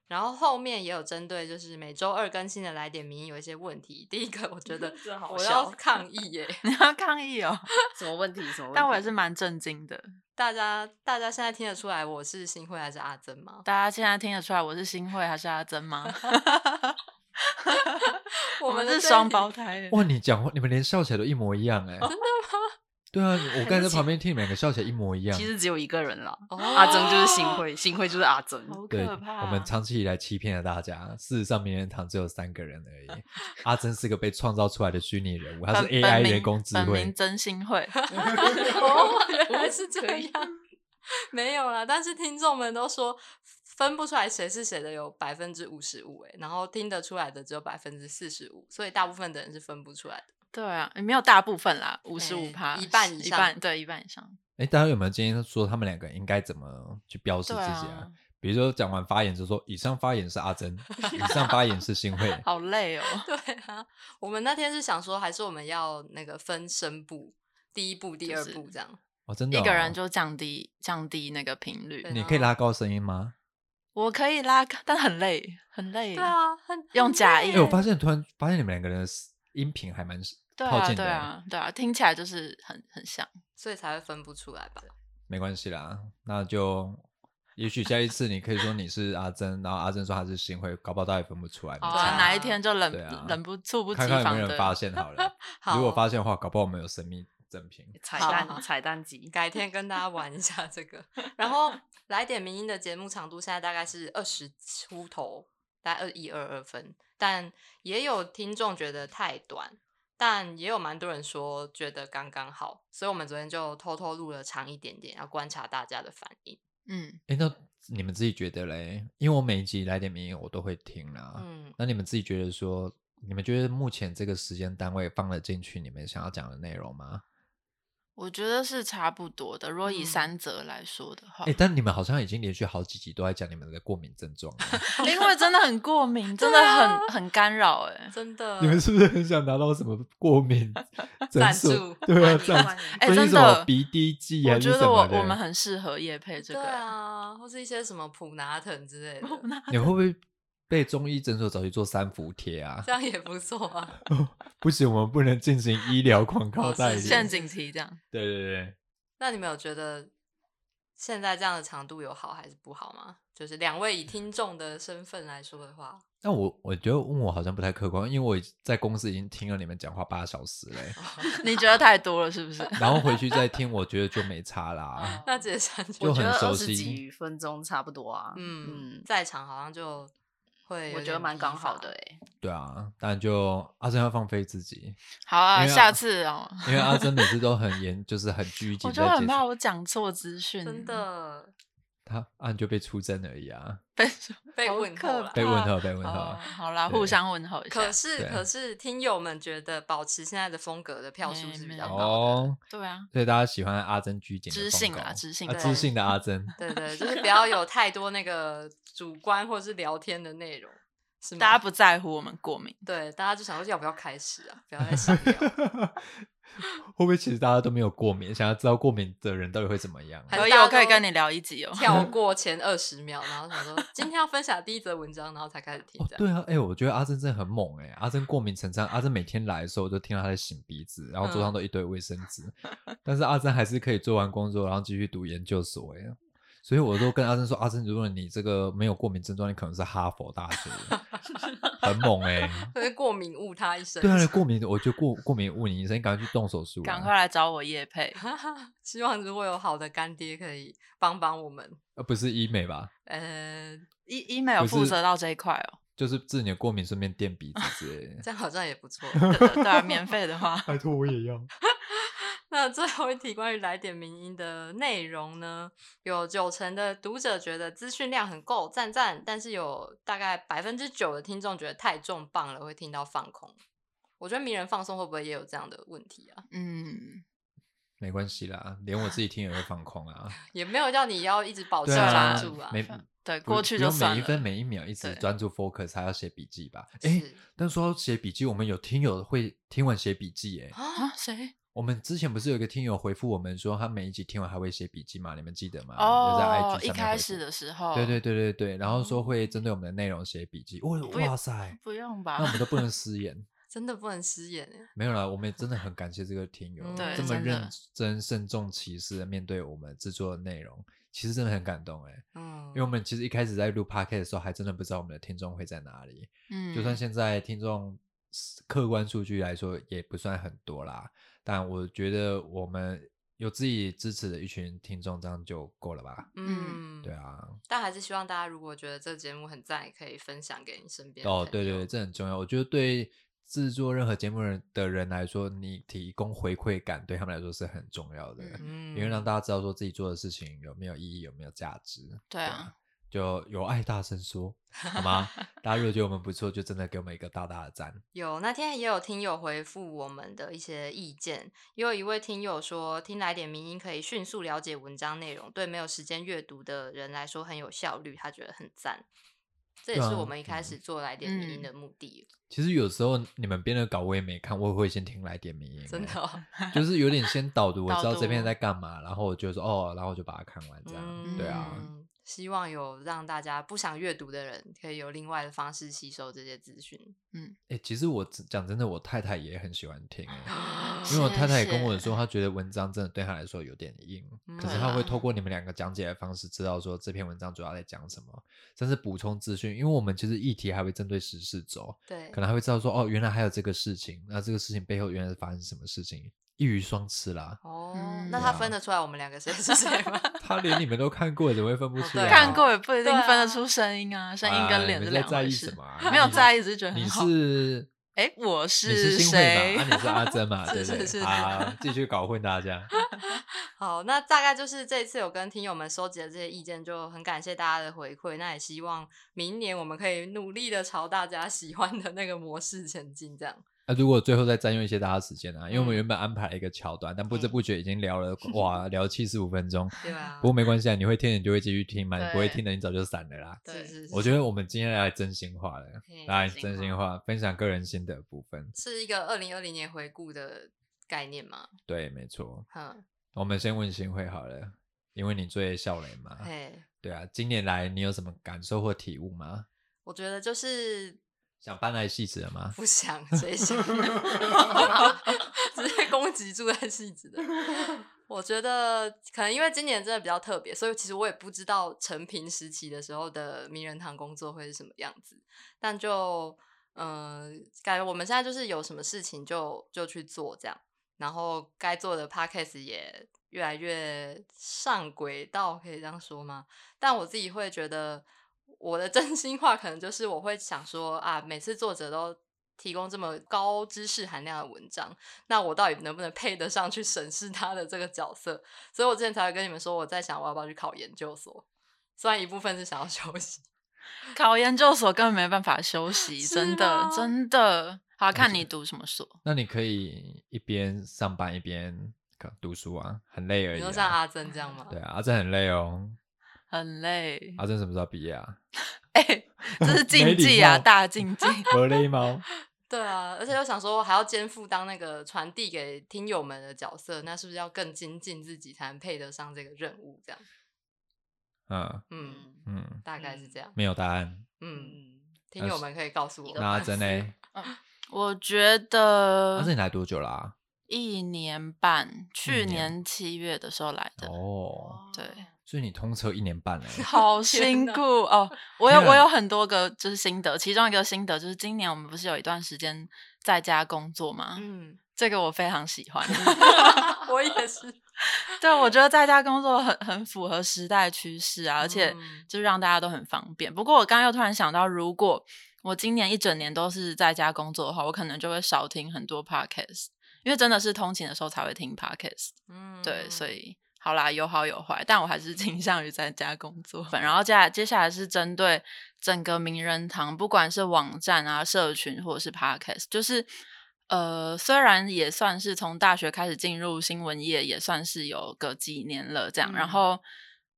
Speaker 2: 然后后面也有针对就是每周二更新的来点名有一些问题。第一个，我觉得
Speaker 3: 真好
Speaker 2: 我
Speaker 3: 笑
Speaker 2: 要抗议耶、
Speaker 3: 你要抗议哦，
Speaker 4: 什么问题？什么问题？
Speaker 3: 但我也是蛮震惊的。
Speaker 2: 大家大家现在听得出来我是新会还是阿珍吗？
Speaker 3: 大家现在听得出来我是新会还是阿珍吗？我们
Speaker 2: 的
Speaker 3: 是
Speaker 2: 这一
Speaker 3: 双胞胎耶。
Speaker 1: 哇，你讲话，你们连笑起来都一模一样哎、真的吗？ 对啊，我刚才在旁边听你们两个笑起来一模一样
Speaker 4: 其。实只有一个人啦，
Speaker 2: 哦
Speaker 4: 阿珍就是新会，新会就是阿珍。
Speaker 3: 好
Speaker 1: 对，
Speaker 3: 可怕！啊
Speaker 1: 我们长期以来欺骗了大家。事实上，名人堂只有三个人而 已。阿珍是个被创造出来的虚拟人物，他是
Speaker 3: 本本
Speaker 1: AI
Speaker 3: 名
Speaker 1: 人工智
Speaker 3: 本名
Speaker 1: 慧。
Speaker 3: 真心会。
Speaker 2: 哦，原来是这样，没有啦。但是听众们都说分不出来谁是谁的有百分之五十五，哎，然后听得出来的只有百分之四十五，所以大部分的人是分不出来的。
Speaker 3: 对啊，没有大部分啦，五十五趴，
Speaker 2: 哎一半以
Speaker 3: 一
Speaker 2: 上
Speaker 3: 半对一半以上。
Speaker 1: 哎，大家有没有今天说他们两个应该怎么去标示
Speaker 3: 对
Speaker 1: 自己
Speaker 3: 啊
Speaker 1: 啊？，比如说讲完发言就说，以上发言是阿 珍，以上发言是新会。
Speaker 3: 好累哦。
Speaker 2: 对啊，我们那天是想说，还是我们要那个分声部，第一步、第二
Speaker 3: 就是
Speaker 2: 步这样。
Speaker 1: 哦，真的、
Speaker 3: 一个人。就啊降低降低那个频率
Speaker 2: 对。
Speaker 1: 你可以拉高声音吗？
Speaker 3: 我可以拉高，但很累，很累。
Speaker 2: 对，啊，很
Speaker 3: 嗯用假音
Speaker 1: 哎、我发现突然发现你们两个人的音频还蛮
Speaker 3: 嗯对
Speaker 1: 靠
Speaker 3: 啊，
Speaker 1: 近的
Speaker 3: 对
Speaker 1: 欸。
Speaker 3: 啊，对啊，听起来就是很很像。
Speaker 2: 所以才会分不出来吧？
Speaker 1: 没关系啦，那就也许下一次你可以说你是阿珍，然后阿珍说她是新会，搞不好大家也分不出来。没
Speaker 2: 好
Speaker 3: 对
Speaker 2: 啊
Speaker 1: 差
Speaker 3: 啊，哪一天就忍
Speaker 1: 对啊
Speaker 3: 忍不猝不及
Speaker 1: 看看有
Speaker 3: 防
Speaker 1: 没有人发
Speaker 3: 的。
Speaker 1: 现好了。
Speaker 2: 好，
Speaker 1: 如果发现的话，搞不好我们有神秘赠品。
Speaker 4: 彩
Speaker 2: 好
Speaker 4: 蛋
Speaker 2: 好
Speaker 4: 彩蛋集，
Speaker 2: 改天跟大家玩一下这个。 然后来点民音的节目长度现在大概是二十出头，大概二一二二分，但也有听众觉得太短。但也有蛮多人说觉得刚刚好，所以我们昨天就偷偷录了长一点点，要观察大家的反应。
Speaker 3: 嗯，
Speaker 1: 哎、那你们自己觉得嘞？因为我每一集来点名言我都会听啦。
Speaker 2: 嗯，
Speaker 1: 那你们自己觉得说，你们觉得目前这个时间单位放了进去你们想要讲的内容吗？
Speaker 3: 我觉得是差不多的。如果以
Speaker 2: 嗯
Speaker 3: 三折来说的话
Speaker 1: 哎、，但你们好像已经连续好几集都在讲你们的过敏症状 了。
Speaker 3: 因为真的很 过敏，真的
Speaker 2: 啊
Speaker 3: 很很干扰。哎，
Speaker 2: 真的，
Speaker 1: 你们是不是很想拿到什么过 敏诊
Speaker 2: 赞
Speaker 1: 所
Speaker 2: 助？
Speaker 1: 对啊，
Speaker 4: 欢迎
Speaker 1: 赞
Speaker 4: 欢迎
Speaker 1: 最
Speaker 3: 哎
Speaker 1: 近
Speaker 3: 真
Speaker 1: 什么
Speaker 3: 的
Speaker 1: 鼻滴剂
Speaker 3: 我
Speaker 1: 还是
Speaker 3: 觉
Speaker 1: 什
Speaker 3: 得
Speaker 1: 么
Speaker 3: 我
Speaker 1: 的？
Speaker 3: 我们很适合夜配这
Speaker 2: 对
Speaker 3: 个。
Speaker 2: 啊，或是一些什么普拿疼之类的，
Speaker 1: 你会不会被中医诊所找去做三伏贴啊
Speaker 2: 这？样也不错啊。
Speaker 1: 不行，我们不能进行医疗广告
Speaker 2: 哦是
Speaker 1: 代理。
Speaker 2: 是
Speaker 3: 陷阱题这样，
Speaker 1: 对对对，
Speaker 2: 那你们有觉得现在这样的长度有好还是不好吗？就是两位以听众的身份来说的话，
Speaker 1: 那我我觉得问我好像不太客观，因为我已在公司已经听了你们讲话八小时嘞，
Speaker 3: 你觉得太多了是不是？
Speaker 1: 然后回去再听，我觉得就没差
Speaker 3: 哦
Speaker 1: 啦。
Speaker 2: 那解散
Speaker 1: 就
Speaker 4: 我觉
Speaker 1: 很
Speaker 4: 得
Speaker 1: 熟
Speaker 4: 二十
Speaker 1: 悉
Speaker 4: 几分钟差不多啊。
Speaker 2: 嗯
Speaker 4: 嗯，
Speaker 2: 在场好像就会有
Speaker 4: 我觉
Speaker 2: 点
Speaker 4: 得蛮
Speaker 2: 疲
Speaker 4: 刚好
Speaker 2: 乏
Speaker 4: 的。哎，
Speaker 1: 对啊，当然就阿珍要放飞自己，
Speaker 3: 好啊，
Speaker 1: 因为
Speaker 3: 下
Speaker 1: 啊
Speaker 3: 次哦。
Speaker 1: 因为阿珍每次都很严，就是很拘谨
Speaker 3: 我
Speaker 1: 在
Speaker 3: 就
Speaker 1: 解释。
Speaker 3: 很怕我讲错资讯，
Speaker 4: 嗯
Speaker 2: 真的
Speaker 1: 他啊，你就被出征而已啊，
Speaker 3: 被说
Speaker 2: 被
Speaker 3: 好
Speaker 2: 问
Speaker 3: 可
Speaker 2: 候了
Speaker 3: 怕。
Speaker 1: 被问候，被问候
Speaker 3: 哦。，好啦，
Speaker 1: 对
Speaker 3: 互相问候一下
Speaker 2: 可。是
Speaker 1: 对，
Speaker 2: 可是听友们觉得保持现在的风格的票数
Speaker 3: 没
Speaker 2: 是比
Speaker 3: 没
Speaker 2: 较
Speaker 3: 有
Speaker 2: 高的。
Speaker 1: 哦，
Speaker 3: 对啊，
Speaker 1: 所以大家喜欢阿珍拘谨的
Speaker 3: 知
Speaker 1: 风
Speaker 3: 性
Speaker 1: 格
Speaker 3: 啦知性
Speaker 1: 啊
Speaker 3: 对
Speaker 1: 知性的阿珍。
Speaker 2: 对对，就是不要有太多那个主观或是聊天的内容，是吗？
Speaker 3: 大家不在乎我们过敏，
Speaker 2: 对，大家就想说要不要开始啊？不要 再闲聊，
Speaker 1: 会不会其实大家都没有过敏？想要知道过敏的人到底会怎么样？啊
Speaker 2: 还是
Speaker 3: 可以，
Speaker 2: 大家
Speaker 3: 我可以
Speaker 2: 都
Speaker 3: 跟你聊一集哦。
Speaker 2: 跳过前二十秒，然后想说今天要分享第一则文章，然后才开始听
Speaker 1: 哦
Speaker 2: 这，样。
Speaker 1: 对啊，哎、我觉得阿珍真的很猛哎、阿珍过敏成这样，阿珍每天来的时候，我就听到她在擤鼻子，然后桌上
Speaker 2: 嗯
Speaker 1: 都一堆卫生 纸，但是阿珍还是可以做完工作，然后继续读研究所哎、所以我都跟阿珍说，阿珍，如果你这个没有过敏症状，你可能是哈佛大 学的，很猛哎、
Speaker 2: 可是过敏误他一生。
Speaker 1: 对啊，过敏，我就过过敏问你医生，你赶快去动手术、啊，
Speaker 3: 赶快来找我叶配，
Speaker 2: 希望如果有好的干爹可以帮帮我们。
Speaker 1: 呃，不是医美吧？
Speaker 2: 呃，
Speaker 3: 医医美有
Speaker 1: 不
Speaker 3: 负
Speaker 1: 是
Speaker 3: 责到这一块哦。
Speaker 1: 就是治你的过敏，顺便垫鼻子之类的。 ，
Speaker 2: 这样好像也不错。
Speaker 3: 对对对啊，免费的话
Speaker 1: 拜托，我也要。
Speaker 2: 那最后一题关于来点名音的内容呢，有九成的读者觉得资讯量很够，赞赞，但是有大概百分之九的听众觉得太重磅了，会听到放空。我觉得迷人放松会不会也有这样的问题啊？
Speaker 3: 嗯，
Speaker 1: 没关系啦，连我自己听也会放空啊。
Speaker 2: 也没有叫你要一直保持
Speaker 1: 对
Speaker 2: 专
Speaker 1: 啊
Speaker 2: 注啊，
Speaker 1: 没
Speaker 3: 对，
Speaker 1: 不
Speaker 3: 过去
Speaker 1: 不
Speaker 3: 就
Speaker 1: 用
Speaker 3: 算
Speaker 1: 每一分
Speaker 3: 了。
Speaker 1: 每一秒一直
Speaker 3: 对
Speaker 1: 专注 focus，还要写笔记吧？哎，
Speaker 2: 是
Speaker 1: 但说到写笔记，我们有听友会听完写笔记哎。
Speaker 2: 啊
Speaker 3: 啊，，谁？
Speaker 1: 我们之前不是有一个听友回复我们说，他每一集听完还会写笔记嘛？你们记得吗？有在
Speaker 3: 哦
Speaker 1: IG，
Speaker 3: 一
Speaker 1: 上面
Speaker 3: 开
Speaker 1: 回
Speaker 3: 始
Speaker 1: 复
Speaker 3: 的时候，
Speaker 1: 对对，对对对，然后说会针对我们的内容写笔记。哇
Speaker 3: 用
Speaker 1: 哇塞，
Speaker 3: 不用
Speaker 1: 那我
Speaker 3: 吧
Speaker 1: 们？都不 能失言。
Speaker 2: 真的不能失言哎。
Speaker 1: 没有啦，我们也真的很感谢这个听友
Speaker 2: 嗯，对
Speaker 1: 这么
Speaker 3: 真的
Speaker 1: 认真、慎重其事的面对我们制作的内容，其实真的很感动哎、
Speaker 2: 嗯
Speaker 1: 因为我们其实一开始在录 podcast 的时候，还真的不知道我们的听众会在哪里。
Speaker 3: 嗯，
Speaker 1: 就算现在听众客观数据来说也不算很多啦，但我觉得我们有自己支持的一群听众，这样就够了吧？
Speaker 2: 嗯，
Speaker 1: 对。啊，
Speaker 2: 但还是希望大家如果觉得这个节目很赞，也可以分享给你身边的
Speaker 1: 哦，
Speaker 2: 朋
Speaker 1: 对对
Speaker 2: 友
Speaker 1: 对，这很重要。我觉得对制作任何节目人的人来说，你提供回馈感对他们来说是很重要的，
Speaker 2: 嗯，
Speaker 1: 因为让大家知道说自己做的事情有没有意义，有没有价值。
Speaker 3: 对啊，
Speaker 1: 就有爱大声 说，好吗？大家如果觉得我们不错，就真的给我们一个大大的赞。
Speaker 2: 有那天也有听友回复我们的一些意见，也有一位听友说，听来点名音可以迅速了解文章内容，对没有时间阅读的人来说很有效率，他觉得很赞。这也
Speaker 1: 对
Speaker 2: 是
Speaker 1: 啊
Speaker 2: 我们一开始做来点名音
Speaker 3: 嗯
Speaker 2: 的目的，
Speaker 1: 其实有时候你们编的稿我也没看，我也会先听来点名音，欸
Speaker 2: 真的、 哦。
Speaker 1: 就是有点先导读，我知道
Speaker 3: 导读
Speaker 1: 这篇在干嘛，然后我就说哦，然后我就把它看完这样。对啊，
Speaker 2: 嗯，希望有让大家不想阅读的人可以有另外的方式吸收这些资讯。
Speaker 1: 哎、其实我只讲真的，我太太也很喜欢听、欸，
Speaker 2: 哦
Speaker 1: 因
Speaker 3: 谢
Speaker 1: 为我太太也跟
Speaker 3: 谢
Speaker 1: 我说，她觉得文章真的对她来说有点硬，可是
Speaker 2: 嗯
Speaker 1: 她会透过你们两个讲解的方式，知道说这篇文章主要在讲什么，甚至补充资讯。因为我们其实议题还会针对时事走，
Speaker 2: 对
Speaker 1: 可，能还会知道说，哦，原来还有这个事情，那这个事情背后原来是发生什么事情，一鱼双吃啦。
Speaker 2: 哦，
Speaker 3: 嗯
Speaker 2: 那
Speaker 1: 对
Speaker 2: 他
Speaker 1: 啊
Speaker 2: 分得出来我们两个谁是谁吗？
Speaker 1: 她连你们都看过，怎么会分不
Speaker 2: 哦
Speaker 1: 出
Speaker 2: 对
Speaker 1: 来
Speaker 2: 啊
Speaker 1: 啊？
Speaker 3: 看过也不一定
Speaker 2: 对啊
Speaker 3: 分得出声音啊，声音
Speaker 1: 哎
Speaker 3: 跟脸
Speaker 1: 你
Speaker 3: 是
Speaker 1: 们在
Speaker 3: 两
Speaker 1: 在
Speaker 3: 回
Speaker 1: 意
Speaker 3: 事
Speaker 1: 什么啊
Speaker 3: 没有
Speaker 1: 你
Speaker 3: 在意，只是觉得
Speaker 1: 你
Speaker 3: 很好。
Speaker 1: 是
Speaker 3: 哎，我
Speaker 1: 你是新会
Speaker 3: 谁
Speaker 1: 吧？啊，？你是阿珍 嘛？
Speaker 2: 是
Speaker 1: 对不对？
Speaker 2: 是是
Speaker 1: 啊，继续搞混大家。
Speaker 2: 好，那大概就是这次有跟听友们收集的这些意见，就很感谢大家的回馈。那也希望明年我们可以努力的朝大家喜欢的那个模式前进。这样，
Speaker 1: 那、如果最后再占用一些大家时间啊，因为我们
Speaker 2: 嗯
Speaker 1: 原本安排了一个桥段，但不知
Speaker 2: 嗯
Speaker 1: 不觉已经 聊了、哇，聊七十五分钟。
Speaker 2: 对啊
Speaker 1: 不，过没关系啊，你会听的你就会继续听嘛，你不会
Speaker 3: 对
Speaker 1: 听的你早就散了啦。
Speaker 2: 是是是，
Speaker 1: 我觉得我们今天来真心话了，
Speaker 3: 嘿
Speaker 1: 来
Speaker 3: 真心
Speaker 1: 真心话分享个人心得部分。
Speaker 2: 是一个二零二零年回顾的概念嘛。
Speaker 1: 对，没错。
Speaker 2: 哼，
Speaker 1: 我们先问新会好了，因为你最笑脸嘛。
Speaker 2: 嘿，
Speaker 1: 对啊，今年来你有什么感受或体悟吗？
Speaker 2: 我觉得就是
Speaker 1: 想搬来戏子了吗？
Speaker 2: 不想，谁想？ 直接攻击住在戏子的。我觉得可能因为今年真的比较特别，所以其实我也不知道成平时期的时候的名人堂工作会是什么样子，但就嗯、呃感觉我们现在就是有什么事情就就去做这样，然后该做的 podcast 也越来越上轨道，可以这样说吗？但我自己会觉得，我的真心话可能就是我会想说啊，每次作者都提供这么高知识含量的文章，那我到底能不能配得上去审视他的这个角色？所以我之前才会跟你们说，我在想我要不要去考研究所。虽然一部分是想要休息，
Speaker 3: 考研究所根本没办法休 息，
Speaker 2: 是
Speaker 3: 真的
Speaker 2: 吗
Speaker 3: 真的。好看你
Speaker 1: 觉得
Speaker 3: 读什么所？
Speaker 1: 那你可以一边上班一边可读书啊，很累而
Speaker 2: 你
Speaker 1: 已、
Speaker 2: 说像
Speaker 1: 啊。
Speaker 2: 阿珍这样吗？
Speaker 1: 对啊，阿正很累哦。
Speaker 3: 很累。
Speaker 1: 阿正什么时候毕业啊？
Speaker 3: 哎、这是
Speaker 1: 没
Speaker 3: 禁
Speaker 1: 礼
Speaker 3: 忌啊，
Speaker 1: 貌
Speaker 3: 大 禁忌。
Speaker 1: 没礼貌。
Speaker 2: 对啊，而且又想说还要肩负当那个传递给听友们的角色，那是不是要更精进自己才能配得上这个任务？这样，
Speaker 1: 嗯
Speaker 2: 嗯，
Speaker 1: 嗯，
Speaker 2: 大概是这样，
Speaker 1: 没有答案。
Speaker 2: 嗯，
Speaker 4: 嗯，
Speaker 2: 听友们可以告诉我
Speaker 1: 那阿珍呢？
Speaker 3: 我觉
Speaker 1: 阿正
Speaker 3: 得
Speaker 1: 你来多久啦、
Speaker 3: 一年半，去
Speaker 1: 啊一年
Speaker 3: 年七月的时候来 的，
Speaker 1: 哦，
Speaker 3: 对，
Speaker 1: 所以你通车一年 半了、
Speaker 3: 好
Speaker 2: 天
Speaker 3: 辛
Speaker 2: 哪
Speaker 3: 苦哦。我有
Speaker 1: 天啊
Speaker 3: 我有很多个就是心得，其中一个心得就是今年我们不是有一段时间在家工作吗？
Speaker 2: 嗯，
Speaker 3: 这个我非常喜欢。
Speaker 2: 我也是，
Speaker 3: 对，我觉得在家工作很很符合时代趋势啊，而且
Speaker 2: 嗯
Speaker 3: 就让大家都很方便。不过我刚刚又突然想到，如果我今年一整年都是在家工作的话，我可能就会少听很多 podcast，因为真的是通勤的时候才会听 podcast，
Speaker 2: 嗯，
Speaker 3: 对，所以好啦，有好有坏，但我还是 倾向于在家工作。然后接下来接下来是针对整个名人堂，不管是网站啊、社群或者是 podcast，就是呃，虽然也算是从大学开始进入新闻业，也算是有个几年了这样，
Speaker 4: 嗯
Speaker 3: 然后。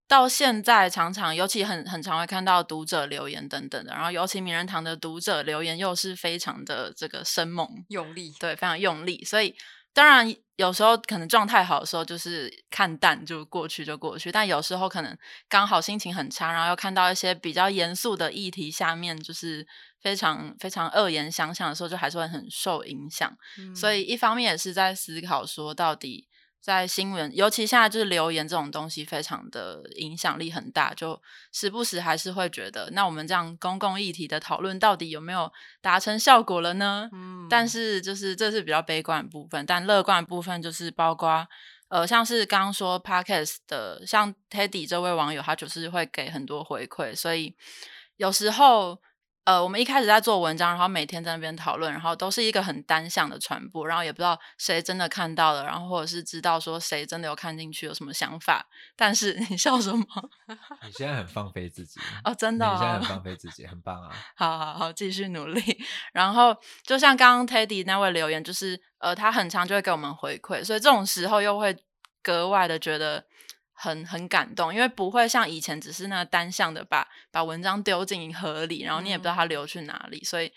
Speaker 3: 到现在，常常尤其很很常会看到读者留言等等的，然后尤其名人堂的读者留言又是非常的这个生猛，
Speaker 2: 用力，
Speaker 3: 对，非常用力。所以当然有时候可能状态好的时候就是看淡就过去就过去，但有时候可能刚好心情很差，然后又看到一些比较严肃的议题，下面就是非常非常恶言相向的时候，就还是会很受影响。
Speaker 2: 嗯
Speaker 4: 嗯
Speaker 3: 所以一方面也是在思考说，到底在新闻，尤其现在就是留言这种东西，非常的影响力很大，就时不时还是会觉得，那我们这样公共议题的讨论到底有没有达成效果了呢？
Speaker 2: 嗯，
Speaker 3: 但是就是这是比较悲观的部分，但乐观的部分就是包括呃，像是刚刚说 podcast 的，像 Teddy 这位网友，他就是会给很多回馈，所以有时候呃，我们一开始在做文章，然后每天在那边讨论，然后都是一个很单向的传播，然后也不知道谁真的看到了，然后或者是知道说谁真的有看进去有什么想法，但是 你笑什么？
Speaker 1: 你现在很放飞自己
Speaker 3: 哦，真的、
Speaker 1: 你现在
Speaker 3: 哦
Speaker 1: 很，放飞自己，很棒啊！
Speaker 3: 好好好，继续努力。 然后就像刚刚 Teddy 那位留言，就是呃，他很常就会给我们回馈，所以这种时候又会格外的觉得很很感动，因为不会像以前只是那单向的把把文章丢进河里，然后你也不知道它流去哪里，所以。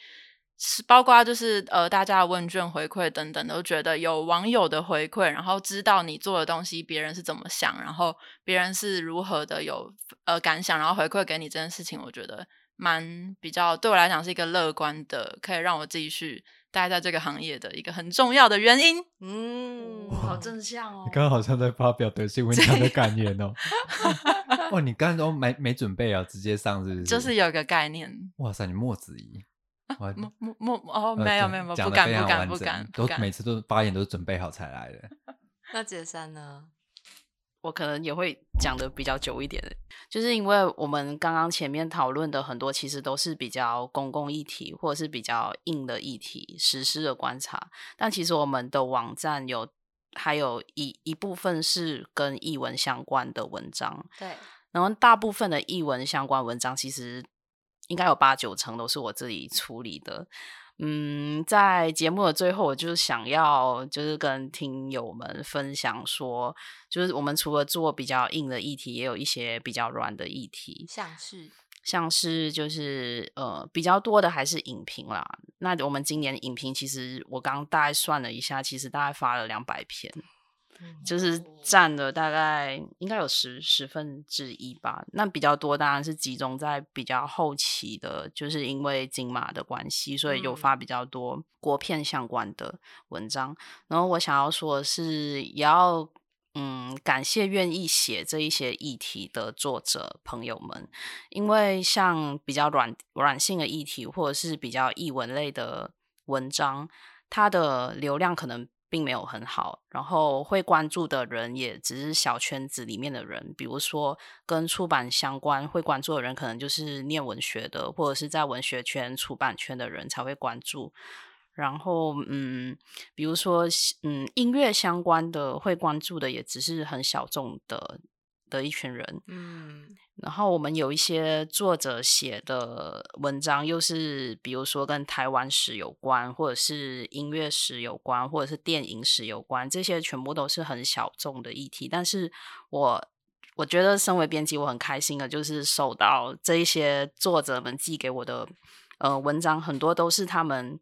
Speaker 3: 是包括就是呃，大家的问卷回馈等等，都觉得有网友的回馈，然后知道你做的东西别人是怎么想，然后别人是如何的有呃感想，然后回馈给你这件事情，我觉得蛮比较对我来讲是一个乐观的，可以让我继续待在这个行业的一个很重要的原因。
Speaker 2: 嗯，
Speaker 4: 好正向哦
Speaker 1: 你。刚刚好像在发表德性文强的感言 哦。哇，你刚刚都没没准备啊，直接上是不是？
Speaker 3: 就是有一个概念，
Speaker 1: 哇塞，你莫子仪，哇，
Speaker 3: 莫莫莫哦，
Speaker 1: 呃
Speaker 3: 没有
Speaker 1: 讲
Speaker 3: 没有，没有
Speaker 1: 讲
Speaker 3: 不
Speaker 1: 得
Speaker 3: 敢
Speaker 1: 非
Speaker 3: 不
Speaker 1: 常
Speaker 3: 敢
Speaker 1: 完
Speaker 3: 不
Speaker 1: 整
Speaker 3: 敢不
Speaker 1: 都每
Speaker 3: 敢。
Speaker 1: 次都发言都是准备好才来的。
Speaker 2: 那杰山呢？
Speaker 4: 我可能也会讲的比较久一点，就是因为我们刚刚前面讨论的很多，其实都是比较公共议题或者是比较硬的议题，实施的观察。但其实我们的网站有还有一一部分是跟译文相关的文章，
Speaker 2: 对，
Speaker 4: 然后大部分的译文相关文章，其实应该有八九成都是我自己处理的。嗯，在节目的最后，我就是想要就是跟听友们分享说，就是我们除了做比较硬的议题，也有一些比较软的议题。
Speaker 2: 像是
Speaker 4: 像是就是呃比较多的还是影评啦。那我们今年影评其实我刚大概算了一下，其实大概发了两百篇，
Speaker 2: 嗯
Speaker 4: 就是占了大概应该有十十分之一吧。那比较多当然是集中在比较后期的，就是因为金马的关系，所以有
Speaker 2: 嗯
Speaker 4: 发比较多国片相关的文章。然后我想要说的是，也要。嗯，感谢愿意写这一些议题的作者朋友们，因为像比较软软性的议题，或者是比较译文类的文章，它的流量可能并没有很好，然后会关注的人也只是小圈子里面的人，比如说跟出版相关会关注的人，可能就是念文学的，或者是在文学圈、出版圈的人才会关注。然后，嗯，比如说，嗯，音乐相关的会关注的也只是很小众的的一群人，
Speaker 2: 嗯，
Speaker 4: 然后我们有一些作者写的文章，又是比如说跟台湾史有关，或者是音乐史有关，或者是电影史有关，这些全部都是很小众的议题。但是我我觉得身为编辑，我很开心的，就是收到这一些作者们寄给我的呃文章，很多都是他们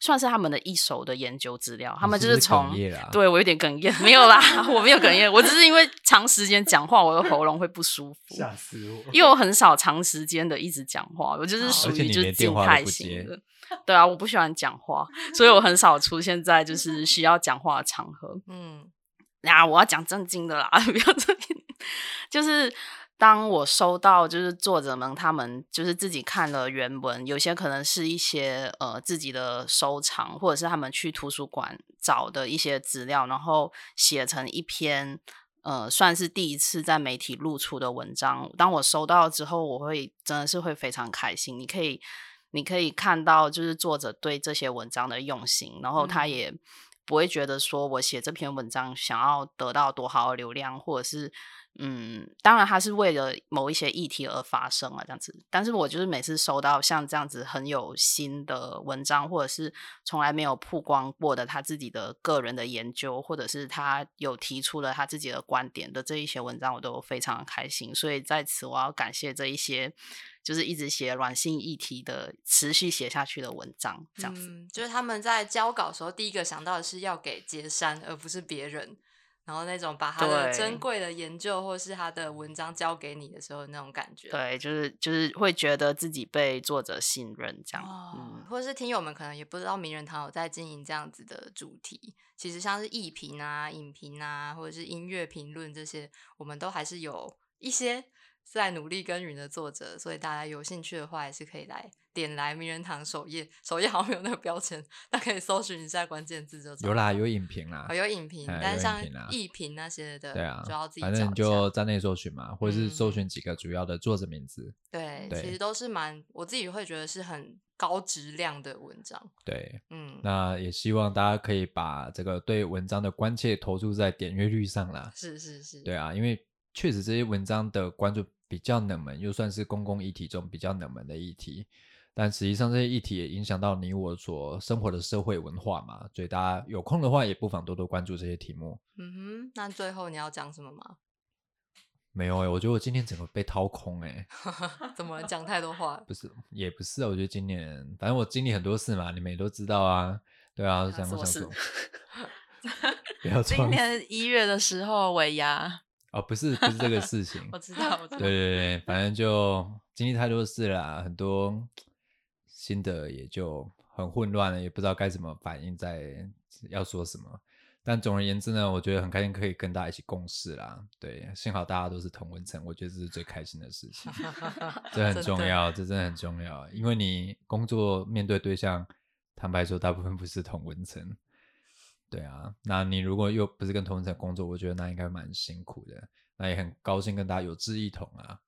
Speaker 4: 算是他们的一手的研究资料，他
Speaker 1: 你
Speaker 4: 们就是是
Speaker 1: 不是
Speaker 4: 从
Speaker 1: 哽咽啊啦，
Speaker 4: 对我有点哽咽，没有啦， 我没有哽咽，我只是因为长时间讲话，我的喉咙会不舒服，
Speaker 1: 死我啊
Speaker 4: 因为我很少长时间的一直讲话，我就是
Speaker 2: 好
Speaker 4: 属
Speaker 1: 而且
Speaker 4: 于
Speaker 1: 你
Speaker 4: 就是
Speaker 1: 连电
Speaker 4: 静
Speaker 1: 话都
Speaker 4: 态
Speaker 1: 不接
Speaker 4: 型的。对啊，我不喜欢讲话，所以我很少出现在就是需要讲话的场合。
Speaker 2: 嗯，
Speaker 4: 啊，我要讲正经的啦， 不要这边。就是当我收到，就是作者们他们就是自己看了原文，有些可能是一些呃自己的收藏，或者是他们去图书馆找的一些资料，然后写成一篇。呃，算是第一次在媒体露出的文章。当我收到之后，我会真的是会非常开心。你可以，你可以看到，就是作者对这些文章的用心，然后他
Speaker 2: 嗯
Speaker 4: 也不会觉得说我写这篇文章想要得到多好的流量，或者是嗯，当然它是为了某一些议题而发生啊，这样子。但是我就是每次收到像这样子很有心的文章，或者是从来没有曝光过的他自己的个人的研究，或者是他有提出了他自己的观点的这一些文章，我都非常开心。所以在此，我要感谢这一些。就是一直写软性议题的，持续写下去的文章，这样子。
Speaker 2: 嗯，就是他们在交稿的时候，第一个想到的是要给杰山，而不是别人。然后那种把他的
Speaker 4: 对
Speaker 2: 珍贵的研究或是他的文章交给你的时候，那种感觉。
Speaker 4: 对，就是就是会觉得自己被作者信任这样。
Speaker 2: 哦
Speaker 4: 嗯，
Speaker 2: 或者是听友们可能也不知道名人堂有在经营这样子的主题，其实像是艺评啊、影评啊，或者是音乐评论这些，我们都还是有一些在努力耕耘的作者，所以大家有兴趣的话，也是可以来点来名人堂首页，首页好像没有那个标签，但可以搜寻一下关键字就找
Speaker 1: 有啦，
Speaker 2: 到
Speaker 1: 有影评啦
Speaker 2: 哦，有影评，
Speaker 1: 哎
Speaker 2: 但
Speaker 1: 有
Speaker 2: 是
Speaker 1: 影
Speaker 2: 像
Speaker 1: 评啦
Speaker 2: 艺评那些的，
Speaker 1: 对啊
Speaker 2: 就要自己，
Speaker 1: 反正你
Speaker 2: 找一下
Speaker 1: 就站内搜寻嘛，或者是搜
Speaker 2: 嗯
Speaker 1: 寻几个主要的作者名字。
Speaker 2: 对，
Speaker 1: 对
Speaker 2: 其实都是蛮我自己会觉得是很高质量的文章，
Speaker 1: 对，
Speaker 2: 嗯。
Speaker 1: 那也希望大家可以把这个对文章的关切投注在点阅率上啦。
Speaker 2: 是是是，
Speaker 1: 对啊，因为确实这些文章的关注比较冷门，又算是公共议题中比较冷门的议题，但实际上这些议题也影响到你我所生活的社会文化嘛，所以大家有空的话也不妨多多关注这些题目。
Speaker 2: 嗯哼，那最后你要讲什么吗？
Speaker 1: 没有哎、我觉得我今天整个被掏空哎、
Speaker 2: 怎么讲太多话了？
Speaker 1: 不是也不是啊，我觉得今年反正我经历很多事嘛，你们也都知道啊，对啊，想
Speaker 4: 什
Speaker 1: 不
Speaker 4: 么
Speaker 1: 想
Speaker 4: 事
Speaker 1: 说？不要
Speaker 3: 今
Speaker 1: 装
Speaker 3: 年一月的时候尾牙，
Speaker 1: 哦，不是不是这个事情，
Speaker 3: 我知道， 我知
Speaker 1: 对
Speaker 3: 道，
Speaker 1: 对对，反正就经历太多事了啊，很多新的也就很混乱了，也不知道该怎么反应，在要说什么。但总而言之呢，我觉得很开心可以跟大家一起共事啦。对，幸好大家都是同文层，我觉得这是最开心的事 情，这很
Speaker 2: 真
Speaker 1: 重
Speaker 2: 的
Speaker 1: 要，这真的很重要。啊因为你工作面对对象，坦白说，大部分不是同文层。对啊，那你如果又不是跟同文层工作，我觉得那应该蛮辛苦的。那也很高兴跟大家有志一同啊，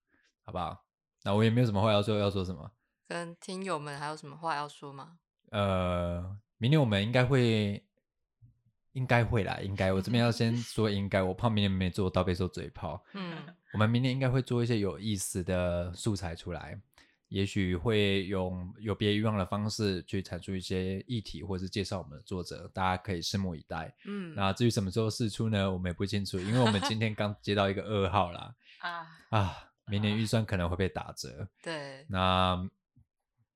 Speaker 1: 好不好？那我也没有什么话要说，要说什么？
Speaker 2: 跟听友们还有什么话要说吗？
Speaker 1: 呃，明年我们应该会，应该会啦，应该。我这边要先说应该，我怕明年没做到被说嘴炮。
Speaker 2: 嗯，
Speaker 1: 我们明年应该会做一些有意思的素材出来，也许会用有别以往的方式去阐述一些议题，或是介绍我们的作者，大家可以拭目以待。
Speaker 2: 嗯，
Speaker 1: 那至于什么时候试出呢，我们也不清楚，因为我们今天刚接到一个噩耗啦。
Speaker 3: 啊，
Speaker 1: 啊，明年
Speaker 3: 啊
Speaker 1: 预算可能会被打折。
Speaker 2: 对，
Speaker 1: 那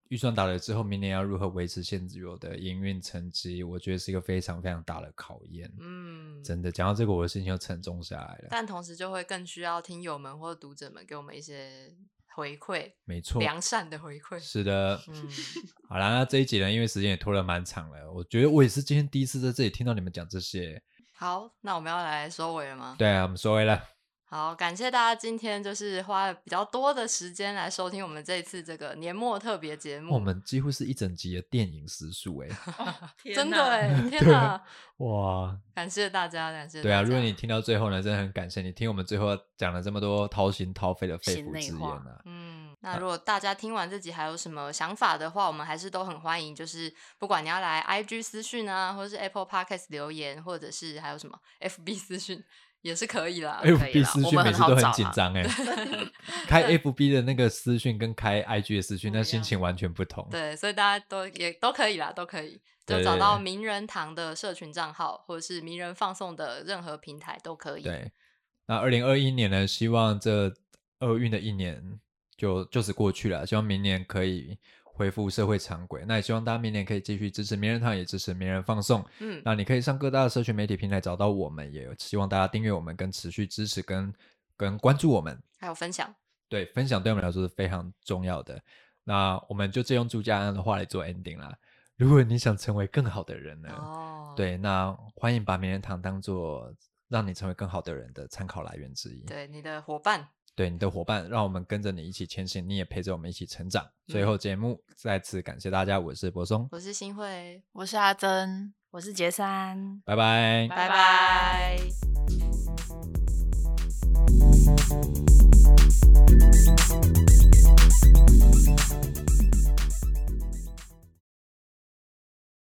Speaker 1: 预算打了之后，明年要如何维持现有的营运成绩，我觉得是一个非常非常大的考验。
Speaker 2: 嗯，
Speaker 1: 真的，讲到这个，我的心情又沉重下来了。
Speaker 2: 但同时就会更需要听友们或读者们给我们一些回馈，
Speaker 1: 没错，
Speaker 2: 良善的回馈。
Speaker 1: 是的。
Speaker 2: 嗯，
Speaker 1: 好啦，那这一集呢，因为时间也拖了蛮长了，我觉得我也是今天第一次在这里听到你们讲这些。
Speaker 2: 好，那我们要来收尾了吗？
Speaker 1: 对啊，我们收回了，
Speaker 2: 好，感谢大家今天就是花了比较多的时间来收听我们这一次这个年末特别节目。
Speaker 1: 我们几乎是一整集的电影时数哎，
Speaker 2: 真的哎、
Speaker 3: 哎，
Speaker 2: 天哪！
Speaker 1: 哇，
Speaker 2: 感谢大家，感谢
Speaker 1: 对啊，
Speaker 2: 大
Speaker 1: 如果
Speaker 2: 家
Speaker 1: 你听到最后呢，真的很感谢你听我们最后讲了这么多掏心掏肺的肺
Speaker 4: 心
Speaker 1: 腑
Speaker 4: 内
Speaker 1: 之言
Speaker 4: 话
Speaker 1: 啊。
Speaker 2: 嗯，那如果大家听完这集还有什么想法的话，我们还是都很欢迎，就是不管你要来 IG 私讯啊，或者是 Apple Podcast 留言，或者是还有什么 FB 私讯也是可以 啦。
Speaker 4: 可以
Speaker 1: FB
Speaker 4: 啦
Speaker 1: 哎私
Speaker 4: 我
Speaker 1: 讯
Speaker 4: 们
Speaker 1: 每
Speaker 4: 很
Speaker 1: 次
Speaker 4: 好
Speaker 1: 都
Speaker 4: 找
Speaker 1: 很
Speaker 4: 啦
Speaker 1: 紧张 哎，开 FB 的那个私讯跟开 IG 的私讯，
Speaker 3: 不
Speaker 1: 那
Speaker 3: 一
Speaker 1: 心
Speaker 3: 样
Speaker 1: 情完全不同。
Speaker 2: 对，所以大家都也都可以啦，都可以就
Speaker 1: 对
Speaker 2: 找到
Speaker 1: 对
Speaker 2: 名人堂的社群账号，或者是名人放送的任何平台都可以。
Speaker 1: 对，那二零二一年呢，希望这厄运的一年就就此过去了，希望明年可以恢复社会常轨。那也希望大家明年可以继续支持名人堂，也支持名人放送。
Speaker 2: 嗯，
Speaker 1: 那你可以上各大社群媒体平台找到我们，也希望大家订阅我们，跟持续支持跟跟关注我们。
Speaker 2: 还有分享，
Speaker 1: 对，分享对我们来说是非常重要的。那我们就借用朱家安的话来做 ending 啦。如果你想成为更好的人呢，
Speaker 2: 哦，
Speaker 1: 对，那欢迎把名人堂当做让你成为更好的人的参考来源之一。
Speaker 2: 对，你的伙伴，
Speaker 1: 对你的伙伴，让我们跟着你一起前行，你也陪着我们一起成长。
Speaker 2: 嗯
Speaker 1: 最后节目再次感谢大家，我是柏松，
Speaker 2: 我是新会，
Speaker 3: 我是阿珍，
Speaker 4: 我是杰三，
Speaker 1: 拜拜。
Speaker 2: 拜
Speaker 3: 拜拜
Speaker 2: 拜